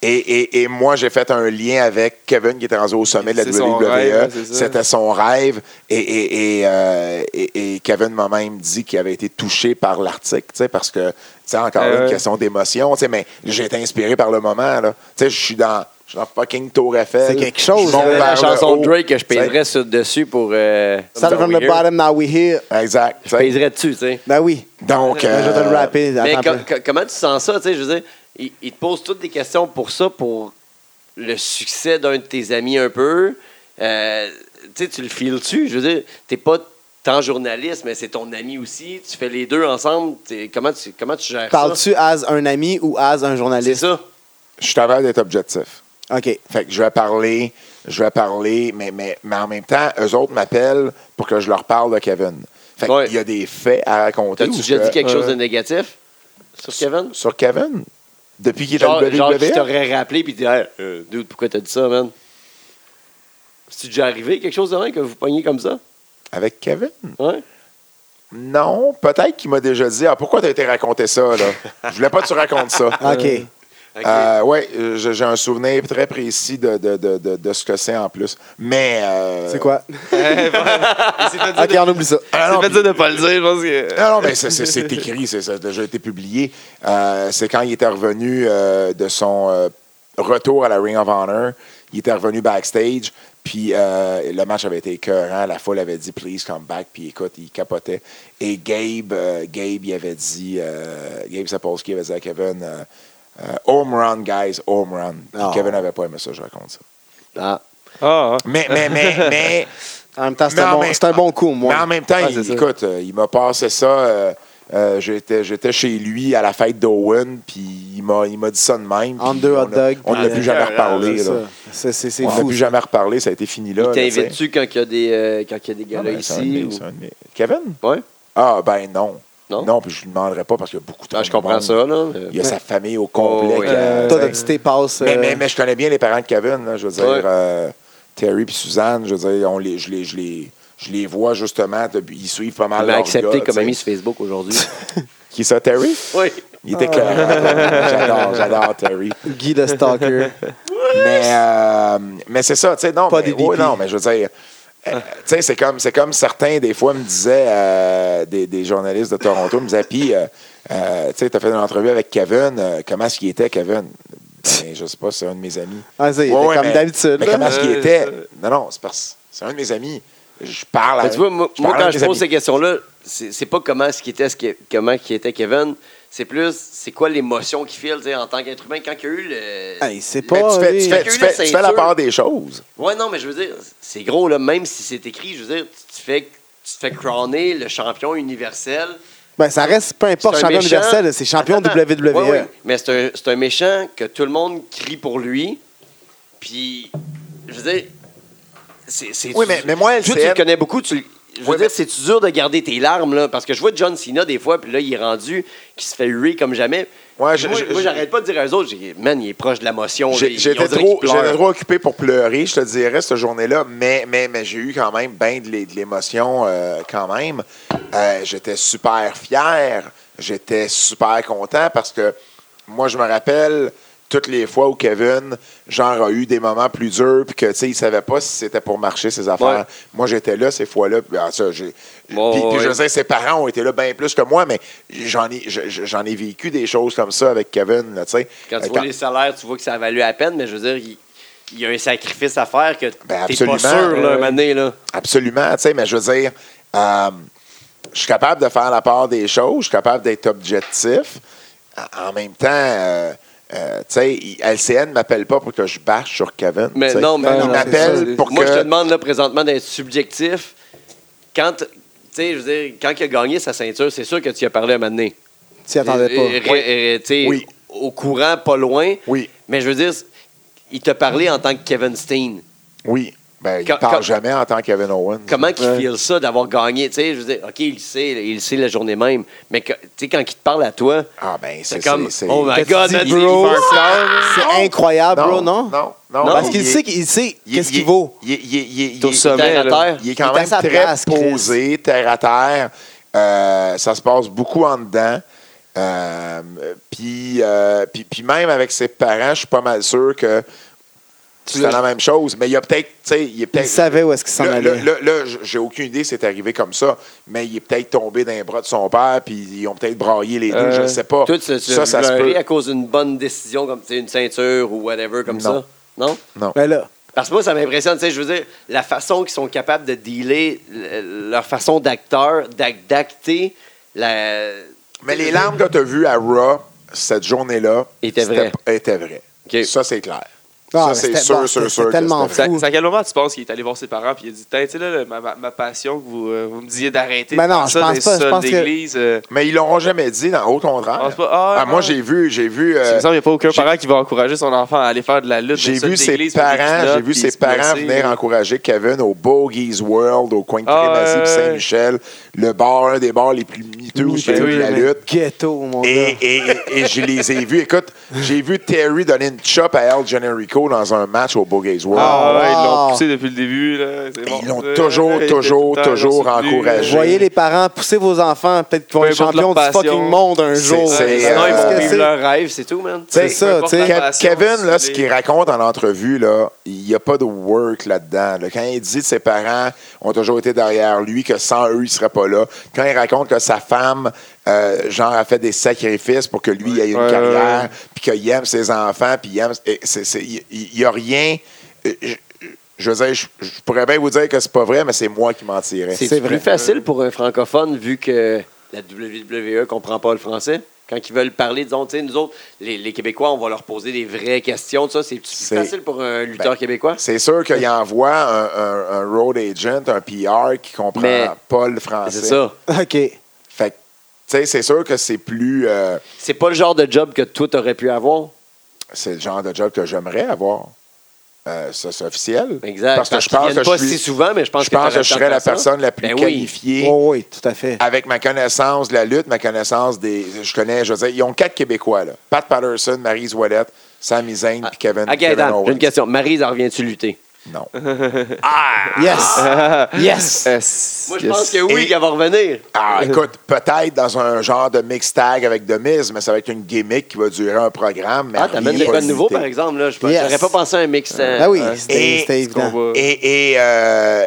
Speaker 2: Et, et- et moi, j'ai fait un lien avec Kevin qui était rendu au sommet de la
Speaker 4: C'est son
Speaker 2: WWE.
Speaker 4: rêve, c'est ça.
Speaker 2: C'était son rêve. Et, et- et, euh, et- et Kevin m'a même dit qu'il avait été touché par l'article, tu sais, parce que, tu sais, encore
Speaker 4: Euh,
Speaker 2: là, une
Speaker 4: ouais.
Speaker 2: question d'émotion, tu sais, mais j'ai été inspiré par le moment, là. Tu sais, je suis dans, je suis dans fucking Tour Eiffel.
Speaker 3: C'est quelque chose,
Speaker 2: Je monte
Speaker 1: C'est
Speaker 3: là,
Speaker 1: hein. la
Speaker 2: vers le
Speaker 1: chanson
Speaker 2: haut,
Speaker 1: de Drake que je
Speaker 2: tu sais.
Speaker 1: pèserais sur- dessus pour. euh,
Speaker 3: Start from the
Speaker 1: Weird.
Speaker 3: bottom, now we here.
Speaker 2: Exact. tu
Speaker 1: Je
Speaker 2: sais.
Speaker 1: pèserais dessus, tu sais.
Speaker 3: Ben oui.
Speaker 2: Donc,
Speaker 3: Ben, je vais te le
Speaker 2: euh,
Speaker 3: rapper.
Speaker 1: Mais
Speaker 3: attends un
Speaker 1: com-
Speaker 3: peu.
Speaker 1: com- comment tu sens ça? tu sais, Je veux dire, ils ils te posent toutes des questions pour ça, pour le succès d'un de tes amis un peu. Euh, tu sais, tu le files-tu? Je veux dire, t'es pas tant journaliste, mais c'est ton ami aussi. Tu fais les deux ensemble. T'es- Comment tu, comment tu gères ça?
Speaker 3: Parles-tu as un ami ou as un
Speaker 1: C'est
Speaker 3: journaliste?
Speaker 1: ça.
Speaker 2: je suis capable d'être objectif.
Speaker 3: OK.
Speaker 2: Fait que je vais parler, je vais parler, mais, mais, mais en même temps, eux autres m'appellent pour que je leur parle de Kevin. Fait que
Speaker 1: Ouais.
Speaker 2: il y a des faits à raconter.
Speaker 1: T'as-tu
Speaker 2: ou
Speaker 1: déjà
Speaker 2: que-
Speaker 1: dit quelque
Speaker 4: euh,
Speaker 1: chose de négatif sur Kevin?
Speaker 2: Sur Kevin? Depuis
Speaker 3: E?
Speaker 2: qu'il est à E?
Speaker 1: Genre,
Speaker 2: WWE?
Speaker 1: genre qui t'aurait rappelé puis dit hey, euh, dude, pourquoi t'as dit ça, man? C'est déjà arrivé quelque chose de même que vous pogniez comme ça? Hein?
Speaker 2: Avec Kevin?
Speaker 1: Ouais?
Speaker 2: Non, peut-être qu'il m'a déjà dit « Ah, pourquoi t'as été raconter ça, là? Je voulais pas que tu racontes ça.
Speaker 3: OK.
Speaker 1: Ok.
Speaker 2: oui, j'ai un souvenir très précis de, de, de, de, de ce que c'est en plus. Mais. euh,
Speaker 3: C'est quoi?
Speaker 4: Eh, bon, il s'est fait dire
Speaker 3: OK,
Speaker 4: de-
Speaker 3: on oublie ça.
Speaker 2: Ah
Speaker 4: il
Speaker 2: non,
Speaker 4: s'est fait dire de ne pas le dire, je pense que.
Speaker 2: Non, non, mais c'est- c'est c'est écrit, c'est- ça a déjà été publié. Euh, c'est quand il était revenu euh, de son euh, retour à la Ring of Honor, il était revenu backstage, puis euh, le match avait été écœurant, la foule avait dit « Please come back », puis écoute, il capotait. Et Gabe, euh, Gabe, il avait dit, euh, Gabe Sapolsky avait dit à Kevin euh, euh, Home run, guys, home run Puis
Speaker 3: Oh.
Speaker 2: Kevin n'avait pas aimé ça, je raconte ça.
Speaker 1: Ah.
Speaker 4: Ah, ah.
Speaker 2: Mais, mais, mais, mais...
Speaker 3: En même temps, Ah, c'est
Speaker 2: Mais
Speaker 3: un,
Speaker 2: en
Speaker 3: bon,
Speaker 2: même-
Speaker 3: c'est un bon coup, Ah,
Speaker 2: Mais
Speaker 3: moi.
Speaker 2: en même temps,
Speaker 4: Ouais,
Speaker 2: il-
Speaker 4: c'est ça.
Speaker 2: écoute, euh, il m'a passé ça. euh, euh, J'étais j'étais chez lui à la fête d'Owen, puis il m'a il m'a dit ça de même.
Speaker 3: En
Speaker 2: puis
Speaker 3: deux
Speaker 2: on a-
Speaker 3: hot dogs,
Speaker 2: On ne l'a
Speaker 1: puis-
Speaker 2: plus jamais reparlé.
Speaker 3: C'est
Speaker 2: là.
Speaker 3: ça. C'est- C'est c'est
Speaker 2: On n'a
Speaker 3: fou.
Speaker 2: plus jamais reparlé, ça a été fini là.
Speaker 1: Il
Speaker 2: là, tu sais.
Speaker 1: t'invite-tu quand il y a des, euh, quand il y a des
Speaker 2: Ah,
Speaker 1: galas
Speaker 2: ben, c'est un de
Speaker 1: ici?
Speaker 2: mes-
Speaker 1: ou-
Speaker 2: c'est un de mes- Kevin?
Speaker 1: Ouais.
Speaker 2: Ah, ben non.
Speaker 1: Non?
Speaker 2: puis je ne lui demanderai pas parce qu'il y a beaucoup de
Speaker 1: Ah, je comprends
Speaker 2: monde.
Speaker 1: ça, là. Euh,
Speaker 2: Il y a sa famille au complet.
Speaker 1: Oh, oui.
Speaker 2: qui a-
Speaker 4: Euh,
Speaker 3: Toi, t'as dit tes passes.
Speaker 2: Mais,
Speaker 3: euh,
Speaker 2: mais, mais je connais bien les parents de Kevin, là, je veux dire.
Speaker 1: Ouais.
Speaker 2: euh, Terry puis Suzanne, je veux dire, on les, je, les, je, les, je les vois justement, depuis- ils suivent pas
Speaker 1: Il
Speaker 2: mal
Speaker 1: m'a
Speaker 2: leurs
Speaker 1: accepté
Speaker 2: gars,
Speaker 1: comme
Speaker 2: tu sais.
Speaker 1: ami sur Facebook aujourd'hui.
Speaker 2: Qui ça, Terry?
Speaker 1: oui.
Speaker 2: Il était clair. j'adore, j'adore Terry.
Speaker 3: Guy le Stalker.
Speaker 2: Mais, euh, mais c'est ça, tu sais, non,
Speaker 3: Pas
Speaker 2: mais,
Speaker 3: des
Speaker 2: ouais,
Speaker 3: DP.
Speaker 2: non, mais je veux dire,
Speaker 1: Ah.
Speaker 2: euh, tu sais, c'est comme, c'est comme certains, des fois, me disaient, euh, des, des journalistes de Toronto, me disaient, puis, euh, euh, tu sais, t'as fait une entrevue avec Kevin, euh, comment est-ce qu'il était, Kevin? Ben, je sais pas, c'est un de mes amis.
Speaker 3: Ah, c'est il
Speaker 2: Ouais,
Speaker 3: était
Speaker 2: ouais,
Speaker 3: comme
Speaker 2: mais-
Speaker 3: d'habitude.
Speaker 2: Mais
Speaker 3: là.
Speaker 2: comment est-ce qu'il
Speaker 4: Euh,
Speaker 2: était?
Speaker 4: euh,
Speaker 2: Non, non, c'est parce c'est un de mes amis. Je parle à
Speaker 1: Mais tu vois, moi,
Speaker 2: parle
Speaker 1: moi, quand
Speaker 2: avec
Speaker 1: je
Speaker 2: mes
Speaker 1: pose
Speaker 2: amis.
Speaker 1: ces questions-là, c'est c'est pas comment ce qui était, ce qui, comment qui était Kevin, c'est plus c'est quoi l'émotion qu'il file tu sais, en tant qu'être humain quand il y a eu le.
Speaker 3: Hey, c'est
Speaker 2: Mais
Speaker 3: pas.
Speaker 2: tu fais- tu
Speaker 3: lui.
Speaker 2: fais-
Speaker 1: Quelqu'un
Speaker 2: tu
Speaker 1: eu la
Speaker 2: fais- tu fais la
Speaker 1: ceinture.
Speaker 2: part des choses.
Speaker 1: Ouais, non, mais je veux dire, c'est gros, là, même si c'est écrit, je veux dire, tu te fais, tu te fais crowner le champion universel.
Speaker 3: Ben, ça reste, peu importe,
Speaker 1: C'est un
Speaker 3: champion
Speaker 1: méchant.
Speaker 3: universel, c'est champion E.
Speaker 1: Attends,
Speaker 3: WWE.
Speaker 2: E.
Speaker 1: ouais, ouais. Mais c'est un, c'est un méchant que tout le monde crie pour lui. Puis, je veux dire, c'est. c'est-
Speaker 2: Oui,
Speaker 1: tu-
Speaker 2: mais- mais moi,
Speaker 1: Toi, tu
Speaker 2: LCN
Speaker 1: le connais beaucoup. Tu, le- je veux
Speaker 2: Oui,
Speaker 1: dire,
Speaker 2: mais-
Speaker 1: c'est-tu dur de garder tes larmes, là? Parce que je vois John Cena, des fois, puis là, il est rendu, qui se fait huer comme jamais.
Speaker 2: Ouais,
Speaker 1: Puis
Speaker 2: je-
Speaker 1: moi,
Speaker 2: je-
Speaker 1: moi,
Speaker 2: je-
Speaker 1: j'arrête pas de dire aux autres, j'ai- man, il est proche de l'émotion. là,
Speaker 2: J'ai-
Speaker 1: il- on
Speaker 2: J'étais
Speaker 1: dirait
Speaker 2: trop,
Speaker 1: qu'il pleure.
Speaker 2: j'étais trop occupé pour pleurer, je te dirais, cette journée-là, mais, mais, mais j'ai eu quand même bien de l'é- de l'émotion euh, quand même. Euh, j'étais super fier, j'étais super content parce que moi, je me rappelle toutes les fois où Kevin, genre, a eu des moments plus durs, puis que, tu sais, il savait pas si c'était pour marcher, ses affaires.
Speaker 1: Ouais.
Speaker 2: Moi, j'étais là ces fois-là, puis ah, ça, j'ai-
Speaker 1: Ouais,
Speaker 2: puis-
Speaker 1: ouais,
Speaker 2: puis je
Speaker 1: ouais.
Speaker 2: sais, ses parents ont été là bien plus que moi, mais j'en ai, je- je- j'en ai vécu des choses comme ça avec Kevin, là, tu sais.
Speaker 1: Quand tu
Speaker 2: Euh,
Speaker 1: vois les salaires, tu vois que ça a valu à peine, mais je veux dire, il, il y a un sacrifice à faire que t'es
Speaker 2: Ben, absolument.
Speaker 1: pas sûr, là, un
Speaker 4: Euh,
Speaker 1: moment donné, là.
Speaker 2: Absolument, tu sais, mais je veux dire, euh, je suis capable de faire la part des choses, je suis capable d'être objectif. En- En même temps, euh, euh, tu sais, il- LCN ne m'appelle pas pour que je bâche sur Kevin.
Speaker 1: Mais
Speaker 2: tu sais.
Speaker 1: non, mais
Speaker 2: Il
Speaker 1: non,
Speaker 2: m'appelle
Speaker 4: c'est-
Speaker 2: pour
Speaker 1: Moi,
Speaker 2: que.
Speaker 1: je te demande là, présentement d'être subjectif. Quand, t- tu sais, je veux dire, quand il a gagné sa ceinture, c'est sûr que tu y as parlé un moment donné.
Speaker 3: Tu y attendais
Speaker 1: Euh,
Speaker 3: pas.
Speaker 1: ré- euh, tu sais,
Speaker 2: Oui.
Speaker 1: Au courant, pas loin.
Speaker 2: Oui,
Speaker 1: Mais je veux dire, il t'a parlé en tant que Kevin Steen.
Speaker 2: oui. Ben, il
Speaker 1: Quand-
Speaker 2: ne parle
Speaker 1: quand-
Speaker 2: jamais en tant que Kevin Owens.
Speaker 1: Comment qu'il
Speaker 4: Ouais.
Speaker 1: file ça d'avoir gagné? Tu sais, je veux dire, OK, il le sait, il le sait la journée même. Mais que- tu sais, quand il te parle à toi,
Speaker 2: Ah, ben, c'est
Speaker 1: c'est comme,
Speaker 2: c'est-
Speaker 1: oh my
Speaker 3: T'as-tu
Speaker 1: God,
Speaker 3: dit
Speaker 1: man,
Speaker 3: bro?
Speaker 1: il est superstar.
Speaker 3: C'est incroyable, Ah, bro, non?
Speaker 2: Non, non.
Speaker 1: Non,
Speaker 3: Parce
Speaker 2: il
Speaker 3: qu'il
Speaker 2: est-
Speaker 3: sait qu'il sait
Speaker 2: il-
Speaker 3: qu'est-ce
Speaker 2: il-
Speaker 3: qu'il vaut.
Speaker 2: il- il- il-
Speaker 1: Il est au
Speaker 2: il-
Speaker 4: sommet,
Speaker 1: terre à
Speaker 4: là.
Speaker 1: terre.
Speaker 2: Il est
Speaker 3: Il
Speaker 2: quand
Speaker 3: est à
Speaker 2: même
Speaker 3: sa
Speaker 2: très
Speaker 3: place, Chris.
Speaker 2: posé, terre à terre. Euh, ça se passe beaucoup en dedans. Euh, puis, euh, puis, puis même avec ses parents, je suis pas mal sûr que c'est la même chose. Mais il y a peut-être, tu sais, il est peut-être.
Speaker 3: Il savait où est-ce qu'il s'en
Speaker 2: Là, là,
Speaker 3: allait.
Speaker 2: là, là, j- j'ai aucune idée si c'est arrivé comme ça, mais il est peut-être tombé dans les bras de son père, puis ils ont peut-être braillé les deux,
Speaker 4: Euh,
Speaker 2: je ne sais pas.
Speaker 1: Toi, tu, tu
Speaker 2: ça,
Speaker 1: ça,
Speaker 2: ça se peut.
Speaker 1: à cause d'une bonne décision, comme tu sais, une ceinture ou whatever, comme
Speaker 2: Non.
Speaker 1: ça? Non?
Speaker 2: Non.
Speaker 3: Ben là,
Speaker 1: Parce que moi, ça m'impressionne, tu sais, je veux dire, la façon qu'ils sont capables de dealer, le- leur façon d'acteur, d'ac- d'acter, la...
Speaker 2: Mais les larmes que tu as vues à Raw cette journée-là
Speaker 1: Étaient
Speaker 2: c'était
Speaker 1: vraies.
Speaker 2: p- étaient vraies.
Speaker 1: OK.
Speaker 2: Ça, c'est clair.
Speaker 3: Ah,
Speaker 2: ça,
Speaker 3: mais
Speaker 2: c'est
Speaker 3: c'était-
Speaker 2: sûr,
Speaker 3: bon,
Speaker 2: sûr,
Speaker 3: c'était-
Speaker 2: sûr.
Speaker 3: c'était
Speaker 2: que
Speaker 3: tellement
Speaker 2: c'était
Speaker 4: C'est à-
Speaker 3: Fou.
Speaker 4: c'est à quel moment tu penses qu'il est allé voir ses parents puis il a dit Hey, Tu sais, là, le- ma, ma- ma passion que vous, euh, vous me disiez d'arrêter.
Speaker 3: Ben
Speaker 4: de
Speaker 3: non,
Speaker 4: faire
Speaker 3: je
Speaker 4: ça dans
Speaker 3: pense
Speaker 4: les
Speaker 3: pas, je
Speaker 4: sols
Speaker 3: pense que-
Speaker 4: d'église, euh,
Speaker 2: Mais ils l'auront jamais dit, dans, au contraire.
Speaker 4: Ah, c'est pas- ah,
Speaker 2: Ah, moi,
Speaker 4: ah.
Speaker 2: j'ai vu, j'ai vu, euh,
Speaker 4: Il me semble qu'il n'y a pas aucun
Speaker 2: j'ai-
Speaker 4: parent qui va encourager son enfant à aller faire de la lutte. dans
Speaker 2: j'ai
Speaker 4: les sols
Speaker 2: vu ses
Speaker 4: d'église, faire des
Speaker 2: parents, j'ai
Speaker 4: culottes,
Speaker 2: vu
Speaker 4: puis
Speaker 2: ses
Speaker 4: se
Speaker 2: parents
Speaker 4: blesser.
Speaker 2: venir encourager Kevin au Bogies World, au coin de
Speaker 4: Ah,
Speaker 2: Trémasie
Speaker 4: ouais,
Speaker 2: puis
Speaker 4: ouais.
Speaker 2: Saint-Michel, le bar, un des bars les plus miteux lutteux ou ceux
Speaker 4: Ben
Speaker 2: de
Speaker 4: oui,
Speaker 2: la
Speaker 3: mais
Speaker 2: lutte.
Speaker 3: Ghetto, mon
Speaker 2: Et,
Speaker 3: gars.
Speaker 2: et, et- et je les ai vus. Écoute, j'ai vu Terry donner une chop à El Generico dans un match au Bogays World.
Speaker 4: Ah, ouais, ils l'ont
Speaker 3: wow.
Speaker 4: poussé depuis le début. Là. C'est
Speaker 2: Ils
Speaker 4: bon.
Speaker 2: l'ont
Speaker 4: Euh,
Speaker 2: toujours,
Speaker 4: ils étaient
Speaker 2: toujours,
Speaker 4: tout le temps, ils l'ont
Speaker 2: toujours
Speaker 4: soutenu.
Speaker 2: encouragé.
Speaker 3: Voyez les parents, poussez vos enfants, peut-être qu'ils vont
Speaker 4: Peu
Speaker 3: être
Speaker 4: importe
Speaker 3: champions
Speaker 4: leur
Speaker 3: du fucking
Speaker 4: passion.
Speaker 3: monde un jour.
Speaker 2: c'est-
Speaker 1: Sinon, ils
Speaker 3: Parce
Speaker 1: vont
Speaker 3: que
Speaker 1: vivre
Speaker 3: c'est-
Speaker 1: leur rêve, c'est tout, man.
Speaker 3: C'est
Speaker 2: Peu
Speaker 3: ça,
Speaker 4: Ben, importe
Speaker 3: tu sais.
Speaker 4: la-
Speaker 2: Ke-
Speaker 4: passion,
Speaker 2: Kevin, là,
Speaker 4: c'est
Speaker 2: ce
Speaker 4: les-
Speaker 2: qu'il raconte en entrevue, là, il n'y a pas de work là-dedans. là. Quand il dit que ses parents ont toujours été derrière lui, que sans eux, il ne serait pas là. Quand il raconte que sa femme, euh, genre, a fait des sacrifices pour que lui il ait une
Speaker 4: Ouais, ouais,
Speaker 2: carrière,
Speaker 4: ouais.
Speaker 2: puis qu'il aime ses enfants, puis il aime. et c'est- c'est- Il n'y a rien. euh, Je, je veux dire, je, je pourrais bien vous dire que c'est pas vrai, mais c'est moi qui mentirais.
Speaker 1: C'est
Speaker 3: C'est
Speaker 1: plus
Speaker 3: vrai.
Speaker 1: facile pour un francophone vu que la WWE comprend pas le français. Quand ils veulent parler, disons, tu sais, nous autres, les, les Québécois, on va leur poser des vraies questions. tout ça, c'est plus
Speaker 2: C'est-
Speaker 1: facile pour un lutteur
Speaker 2: Ben,
Speaker 1: québécois.
Speaker 2: C'est sûr qu'il envoie un, un- un road agent, un PR qui comprend
Speaker 1: Mais-
Speaker 2: pas le français.
Speaker 1: C'est ça.
Speaker 3: OK.
Speaker 2: Fait que, tu sais, c'est sûr que c'est plus. euh,
Speaker 1: C'est pas le genre de job que toi, t'aurais pu avoir.
Speaker 2: c'est le genre de job que j'aimerais avoir. Euh, ça, c'est officiel.
Speaker 1: Ben, Exact.
Speaker 2: Parce que je pense
Speaker 1: qu'ils
Speaker 2: que
Speaker 1: viennent pas
Speaker 2: je, suis-
Speaker 1: si souvent, mais je pense
Speaker 2: je pense
Speaker 1: t'aurais
Speaker 2: que je
Speaker 1: le
Speaker 2: serais
Speaker 1: temps
Speaker 2: la
Speaker 1: de faire ça.
Speaker 2: personne la plus
Speaker 1: Ben oui.
Speaker 2: qualifiée.
Speaker 3: Oui, oui, tout à fait.
Speaker 2: Avec ma connaissance de la lutte, ma connaissance des. Je connais, je veux dire, ils ont quatre Québécois, là. Pat Patterson, Marie Ouellette, Sami Zayn, puis Kevin.
Speaker 1: Ah,
Speaker 2: Kevin
Speaker 1: Gaëtan, j'ai
Speaker 2: Owens.
Speaker 1: une question. Maryse, en reviens-tu lutter?
Speaker 2: Non. Ah,
Speaker 3: Yes! Yes!
Speaker 4: Yes.
Speaker 1: Moi, je
Speaker 4: yes.
Speaker 1: pense que oui,
Speaker 2: Et-
Speaker 1: qu'elle va revenir.
Speaker 2: Ah, écoute, peut-être dans un genre de mix tag avec The Miz, mais ça va être une gimmick qui va durer un programme. mais
Speaker 1: Ah, t'amènes des
Speaker 2: rien
Speaker 1: codes nouveaux,
Speaker 2: limité.
Speaker 1: par exemple. là. Je pense-
Speaker 3: Ben, Yes.
Speaker 1: J'aurais pas pensé à un mix. euh,
Speaker 3: Ah oui,
Speaker 4: euh,
Speaker 3: c'était
Speaker 2: et-
Speaker 3: c'était
Speaker 4: ce qu'on
Speaker 3: évident.
Speaker 4: va-
Speaker 2: Et, et, euh,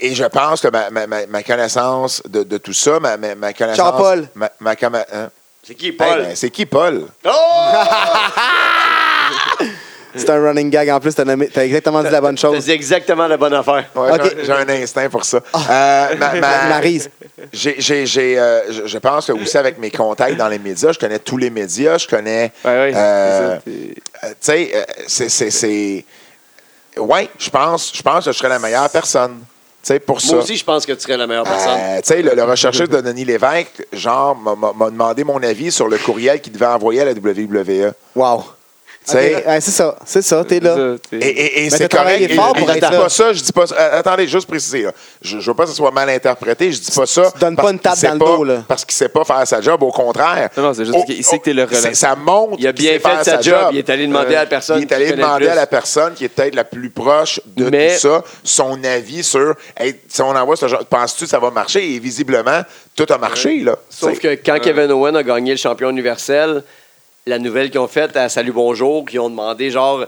Speaker 2: et je pense que ma, ma- ma- ma connaissance de, de tout ça, ma, ma, ma connaissance.
Speaker 3: Jean-Paul.
Speaker 2: Ma, ma conna- hein?
Speaker 1: C'est qui,
Speaker 2: Hey,
Speaker 1: Paul?
Speaker 2: ben, c'est qui Paul?
Speaker 1: Oh!
Speaker 3: C'est un running gag. En plus, t'as nommé- t'as exactement dit la bonne
Speaker 1: T'as
Speaker 3: chose.
Speaker 1: dit exactement la bonne affaire.
Speaker 2: Ouais,
Speaker 3: Ok. Ah.
Speaker 2: j'ai- J'ai un instinct pour ça. Euh, ma- ma-
Speaker 3: Maryse.
Speaker 2: j'ai- j'ai- j'ai, euh, je je pense que aussi avec mes contacts dans les médias, je connais tous les médias, je connais.
Speaker 4: Ouais, ouais,
Speaker 2: euh,
Speaker 4: c'est ça, t'es-
Speaker 2: euh, tu sais, euh, c'est- c'est- c'est. Oui, je pense, je pense que je serais la meilleure personne. Tu sais, pour ça.
Speaker 1: Moi aussi, je pense que tu serais la meilleure personne.
Speaker 3: Ah,
Speaker 2: Euh, tu sais, le, le recherchiste de Denis Lévesque, genre, m'a- m'a m'a demandé mon avis sur le courriel qu'il devait envoyer à la WWE.
Speaker 3: Wow. Ah,
Speaker 2: Tu sais,
Speaker 3: Ok, ouais, c'est ça, c'est ça, t'es là.
Speaker 4: C'est
Speaker 2: Et,
Speaker 4: ça, t'es-
Speaker 2: et- et
Speaker 3: t'as
Speaker 2: c'est
Speaker 3: travaillé
Speaker 2: correct. Et-
Speaker 3: fort
Speaker 2: et
Speaker 3: pour
Speaker 2: je dis
Speaker 3: être là.
Speaker 2: pas ça, je dis pas ça. Euh, attendez, juste préciser. là. Je, je veux pas que ce soit mal interprété. Je dis pas ça.
Speaker 3: Tu donnes
Speaker 2: parce
Speaker 3: pas une tape
Speaker 2: qu'il sait
Speaker 3: dans le
Speaker 2: pas-
Speaker 3: dos, là.
Speaker 2: Parce qu'il sait pas faire sa job. Au contraire.
Speaker 4: Non, non, c'est juste
Speaker 2: Au-
Speaker 4: qu'il sait que t'es le
Speaker 2: au-
Speaker 4: relais.
Speaker 2: c'est- Ça montre.
Speaker 1: Il a
Speaker 2: qu'il
Speaker 1: bien
Speaker 2: sait
Speaker 1: fait
Speaker 2: faire Euh,
Speaker 1: sa job. Il est allé demander à la personne.
Speaker 2: Il est allé
Speaker 1: qui connaît
Speaker 2: demander
Speaker 1: le
Speaker 2: à la personne qui est peut-être la plus proche de
Speaker 1: Mais-
Speaker 2: tout ça, son avis sur Hey, si on envoie ce genre, penses-tu que ça va marcher? Et visiblement, tout a marché. Là.
Speaker 1: plus. Sauf que quand Kevin Owen a gagné le champion universel, la nouvelle qu'ils ont faite à Salut Bonjour, qu'ils ont demandé genre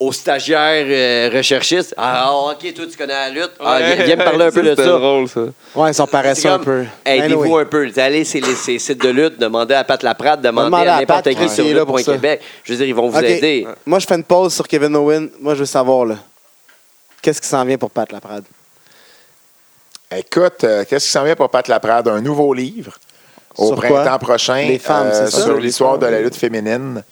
Speaker 1: aux stagiaires euh, recherchistes Ah, ok, toi, tu connais la lutte. Ah, viens, viens me parler un peu de
Speaker 4: C'était
Speaker 1: ça.
Speaker 4: drôle, ça.
Speaker 3: Ouais, ils sont paresseux
Speaker 1: C'est
Speaker 3: un
Speaker 1: comme,
Speaker 3: peu. Ben
Speaker 1: Aidez-vous
Speaker 3: Anyway.
Speaker 1: un peu. Vous allez sur les, ces sites de lutte, demandez à Pat Laprade, demandez,
Speaker 3: Demandez à
Speaker 1: à n'importe
Speaker 3: Pat
Speaker 1: qui
Speaker 3: qui est
Speaker 1: sur
Speaker 3: là pour ça.
Speaker 1: lutte.québec. Je veux dire, ils vont vous
Speaker 3: Ok.
Speaker 1: aider.
Speaker 3: Moi, je fais une pause sur Kevin Owen. Moi, je veux savoir, là. Qu'est-ce qui s'en vient pour Pat Laprade?
Speaker 2: Écoute, euh, qu'est-ce qui s'en vient pour Pat Laprade? Un nouveau livre au
Speaker 3: Sur
Speaker 2: printemps
Speaker 3: quoi?
Speaker 2: prochain euh,
Speaker 3: Les femmes, c'est ça?
Speaker 2: sur
Speaker 4: Les
Speaker 2: l'histoire
Speaker 4: femmes,
Speaker 2: de la
Speaker 4: oui.
Speaker 2: lutte féminine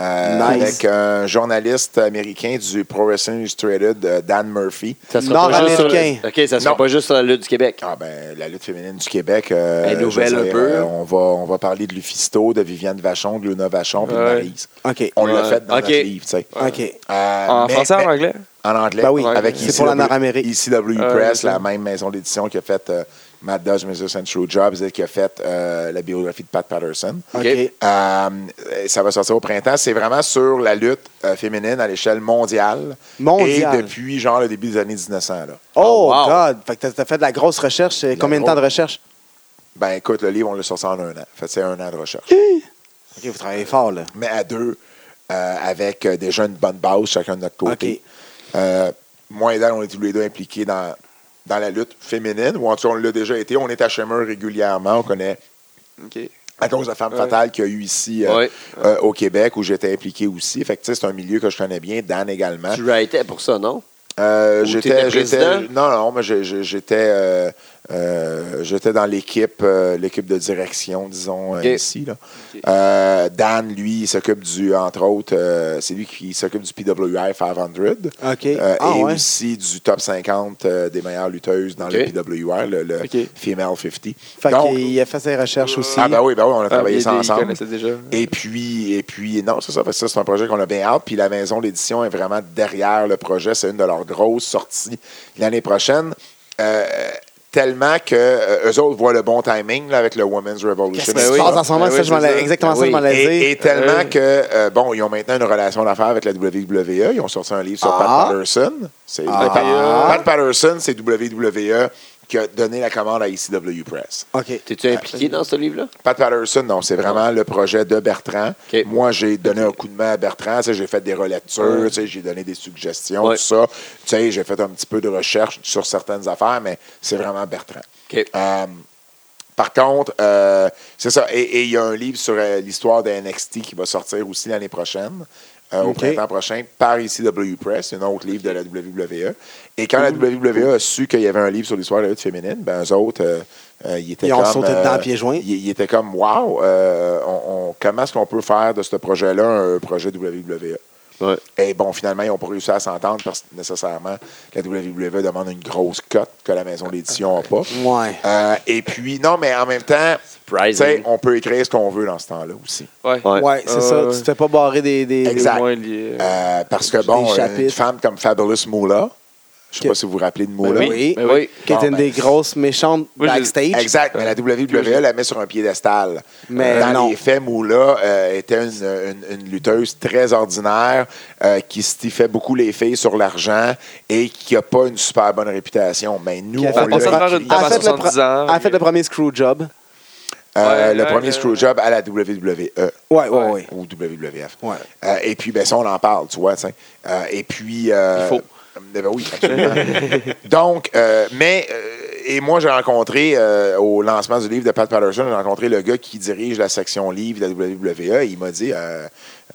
Speaker 2: euh,
Speaker 3: Nice.
Speaker 2: avec un journaliste américain du Pro Wrestling Illustrated, euh, Dan Murphy.
Speaker 1: Ça sera pas juste sur-
Speaker 3: Nord-américain.
Speaker 1: OK, ça sera
Speaker 2: Non.
Speaker 1: pas juste sur la lutte du Québec.
Speaker 2: Ah ben, la lutte féminine du Québec, euh,
Speaker 1: Elle est nouvelle
Speaker 2: je veux dire,
Speaker 1: un peu.
Speaker 2: euh, on, va, on va parler de Lufisto, de Viviane Vachon, de Luna Vachon, puis de
Speaker 4: Ouais.
Speaker 2: Maryse.
Speaker 3: OK.
Speaker 2: On l'a
Speaker 1: Ouais.
Speaker 2: fait dans
Speaker 1: Ok.
Speaker 2: notre livre, tu sais.
Speaker 3: OK.
Speaker 2: Euh,
Speaker 4: En
Speaker 2: mais-
Speaker 4: français,
Speaker 2: mais-
Speaker 4: en anglais?
Speaker 2: En anglais.
Speaker 3: Ben oui,
Speaker 2: avec
Speaker 3: c'est pour la Ah, Nord-Amérique.
Speaker 2: ECW
Speaker 4: Euh,
Speaker 2: Press,
Speaker 4: c'est ça.
Speaker 2: la même maison d'édition qui a fait euh, Matt Dodge, Mrs. Andrew Jobs et qui a fait euh, la biographie de Pat Patterson.
Speaker 3: OK.
Speaker 1: OK.
Speaker 2: Euh, ça va sortir au printemps. C'est vraiment sur la lutte euh, féminine à l'échelle mondiale. Et
Speaker 3: Mondiale.
Speaker 2: depuis, genre, le début des années 1900. Là.
Speaker 3: Oh,
Speaker 1: Oh, wow.
Speaker 3: God! Fait que t'as- t'as fait de la grosse recherche. Combien de temps de recherche?
Speaker 2: Ben, écoute, le livre, on l'a sorti en un an. Fait que c'est un an de recherche.
Speaker 3: OK, vous travaillez fort, là.
Speaker 2: mais à deux, euh, avec euh, déjà une bonne base chacun de notre côté. Euh, moi et Dan, on est tous les deux impliqués dans, dans la lutte féminine, ou en tout cas, on l'a déjà été. On est à Chemin régulièrement, on connaît
Speaker 4: OK.
Speaker 2: à cause de la femme
Speaker 4: Ouais.
Speaker 2: fatale qu'il y a eu ici euh,
Speaker 1: Ouais.
Speaker 2: euh, au Québec, où j'étais impliqué aussi. Fait que, tu sais, c'est un milieu que je connais bien, Dan également.
Speaker 1: Tu writais pour ça, non?
Speaker 2: Euh,
Speaker 1: Ou
Speaker 2: j'étais,
Speaker 1: t'étais
Speaker 2: j'étais,
Speaker 1: président?
Speaker 2: non, non, mais j'ai- j'ai- j'étais, euh, euh, j'étais dans l'équipe, euh, l'équipe de direction, disons euh,
Speaker 1: OK.
Speaker 2: ici. là.
Speaker 1: OK.
Speaker 2: Euh, Dan, lui, il s'occupe du, entre autres, euh, c'est lui qui s'occupe du PWI 500
Speaker 3: OK.
Speaker 2: euh,
Speaker 3: ah,
Speaker 2: et
Speaker 3: ouais.
Speaker 2: aussi du top 50 euh, des meilleures lutteuses dans
Speaker 1: OK.
Speaker 2: le PWI, le, le
Speaker 4: OK.
Speaker 2: Female 50.
Speaker 3: Fait
Speaker 2: Donc-
Speaker 3: qu'il a fait ses recherches aussi.
Speaker 2: ah ben oui, ben oui, on a
Speaker 4: Ah,
Speaker 2: travaillé
Speaker 4: il-
Speaker 2: ça
Speaker 4: il
Speaker 2: ensemble.
Speaker 4: connaissait déjà.
Speaker 2: Et puis, et puis non, c'est ça, parce que ça, c'est un projet qu'on a bien hâte. Puis la maison d'édition est vraiment derrière le projet. C'est une de leurs grosses sorties l'année prochaine. Euh, tellement que euh, eux autres voient le bon timing là, avec le Women's Revolution.
Speaker 3: Qu'est-ce qui se passe en ce moment?
Speaker 4: Ben
Speaker 3: ça,
Speaker 4: oui,
Speaker 3: je m'en
Speaker 4: c'est
Speaker 3: allais-
Speaker 4: ça.
Speaker 3: exactement
Speaker 1: Ben
Speaker 3: ça, je
Speaker 1: oui.
Speaker 3: m'en allais
Speaker 2: Et, et
Speaker 3: dire.
Speaker 2: tellement
Speaker 4: Euh.
Speaker 2: que, euh, bon, ils ont maintenant une relation d'affaires avec la WWE. Ils ont sorti un livre sur
Speaker 3: Ah.
Speaker 2: Pat Patterson. C'est-
Speaker 3: Ah.
Speaker 2: Pat, Pat Patterson, c'est WWE qui a donné la commande à ECW Press.
Speaker 3: OK.
Speaker 1: T'es-tu impliqué dans ce livre-là?
Speaker 2: Pat Patterson, non, c'est vraiment le projet de Bertrand.
Speaker 1: OK.
Speaker 2: Moi, j'ai donné un coup de main à Bertrand. Tu sais, J'ai fait des relectures, tu sais, j'ai donné des suggestions,
Speaker 1: Ouais.
Speaker 2: tout ça. Tu sais, j'ai fait un petit peu de recherche sur certaines affaires, mais c'est vraiment Bertrand.
Speaker 1: OK.
Speaker 2: Euh, par contre, euh, c'est ça. Et et il y a un livre sur euh, l'histoire de NXT qui va sortir aussi l'année prochaine, euh, au
Speaker 3: OK.
Speaker 2: printemps prochain, par ICW Press, un autre livre de la WWE. Et quand la WWE a su qu'il y avait un livre sur l'histoire de la lutte féminine, ben, eux autres, euh, euh, ils étaient
Speaker 3: Ils ont
Speaker 2: comme,
Speaker 3: sauté dedans à pieds joints.
Speaker 2: Ils, ils étaient comme, wow, euh, on, on- comment est-ce qu'on peut faire de ce projet-là un projet WWE?
Speaker 1: Ouais.
Speaker 2: Et bon, finalement, ils n'ont pas réussi à s'entendre parce que nécessairement, la WWE demande une grosse cote que la maison d'édition n'a pas.
Speaker 3: Ouais.
Speaker 2: Euh, et puis, non, mais en même temps, tu sais,
Speaker 1: Surprising.
Speaker 2: on peut écrire ce qu'on veut dans ce temps-là aussi.
Speaker 4: Ouais.
Speaker 1: Ouais.
Speaker 3: Ouais, c'est
Speaker 4: Ah,
Speaker 3: ça.
Speaker 4: ouais.
Speaker 3: Tu te fais pas barrer des. des- des-
Speaker 2: Euh, Exact.
Speaker 4: Moins lié.
Speaker 2: Euh, parce que,
Speaker 3: Des
Speaker 2: bon, une
Speaker 3: chapitres.
Speaker 2: femme comme Fabulous Moolah, je ne sais
Speaker 3: Que-
Speaker 2: pas si vous vous rappelez de Moolah.
Speaker 3: Ben oui.
Speaker 4: Ben oui.
Speaker 3: Qui
Speaker 2: Bon,
Speaker 3: était une
Speaker 2: ben,
Speaker 3: des grosses méchantes
Speaker 4: Moi, je-
Speaker 3: backstage.
Speaker 2: Exact, mais la WWE la met sur un piédestal.
Speaker 3: Mais
Speaker 2: Dans
Speaker 3: non.
Speaker 2: les faits, Moula euh, était une, une- une lutteuse très ordinaire euh, qui stiffait beaucoup les filles sur l'argent et qui n'a pas une super bonne réputation. Mais nous,
Speaker 3: Qui a
Speaker 2: on
Speaker 3: fait
Speaker 4: l'a-
Speaker 3: passer
Speaker 4: on
Speaker 3: le-
Speaker 2: l'a...
Speaker 4: l'a-
Speaker 3: a fait le
Speaker 4: 70 ans,
Speaker 3: pre- a fait
Speaker 4: puis-
Speaker 3: le premier screw job.
Speaker 2: Euh,
Speaker 4: Ouais,
Speaker 2: le
Speaker 3: Ah,
Speaker 4: ouais,
Speaker 2: premier
Speaker 4: ouais.
Speaker 2: screwjob à la WWE.
Speaker 3: Ouais, ouais, ouais.
Speaker 2: ou WWF.
Speaker 3: Ouais.
Speaker 2: Euh, et puis, ben ça, on en parle, tu vois. tu sais. Euh, et puis... euh,
Speaker 4: Il faut.
Speaker 2: eh ben oui, absolument. Donc, euh, mais... euh, et moi, j'ai rencontré, euh, au lancement du livre de Pat Patterson, j'ai rencontré le gars qui dirige la section livre de la WWE. Il m'a dit, euh,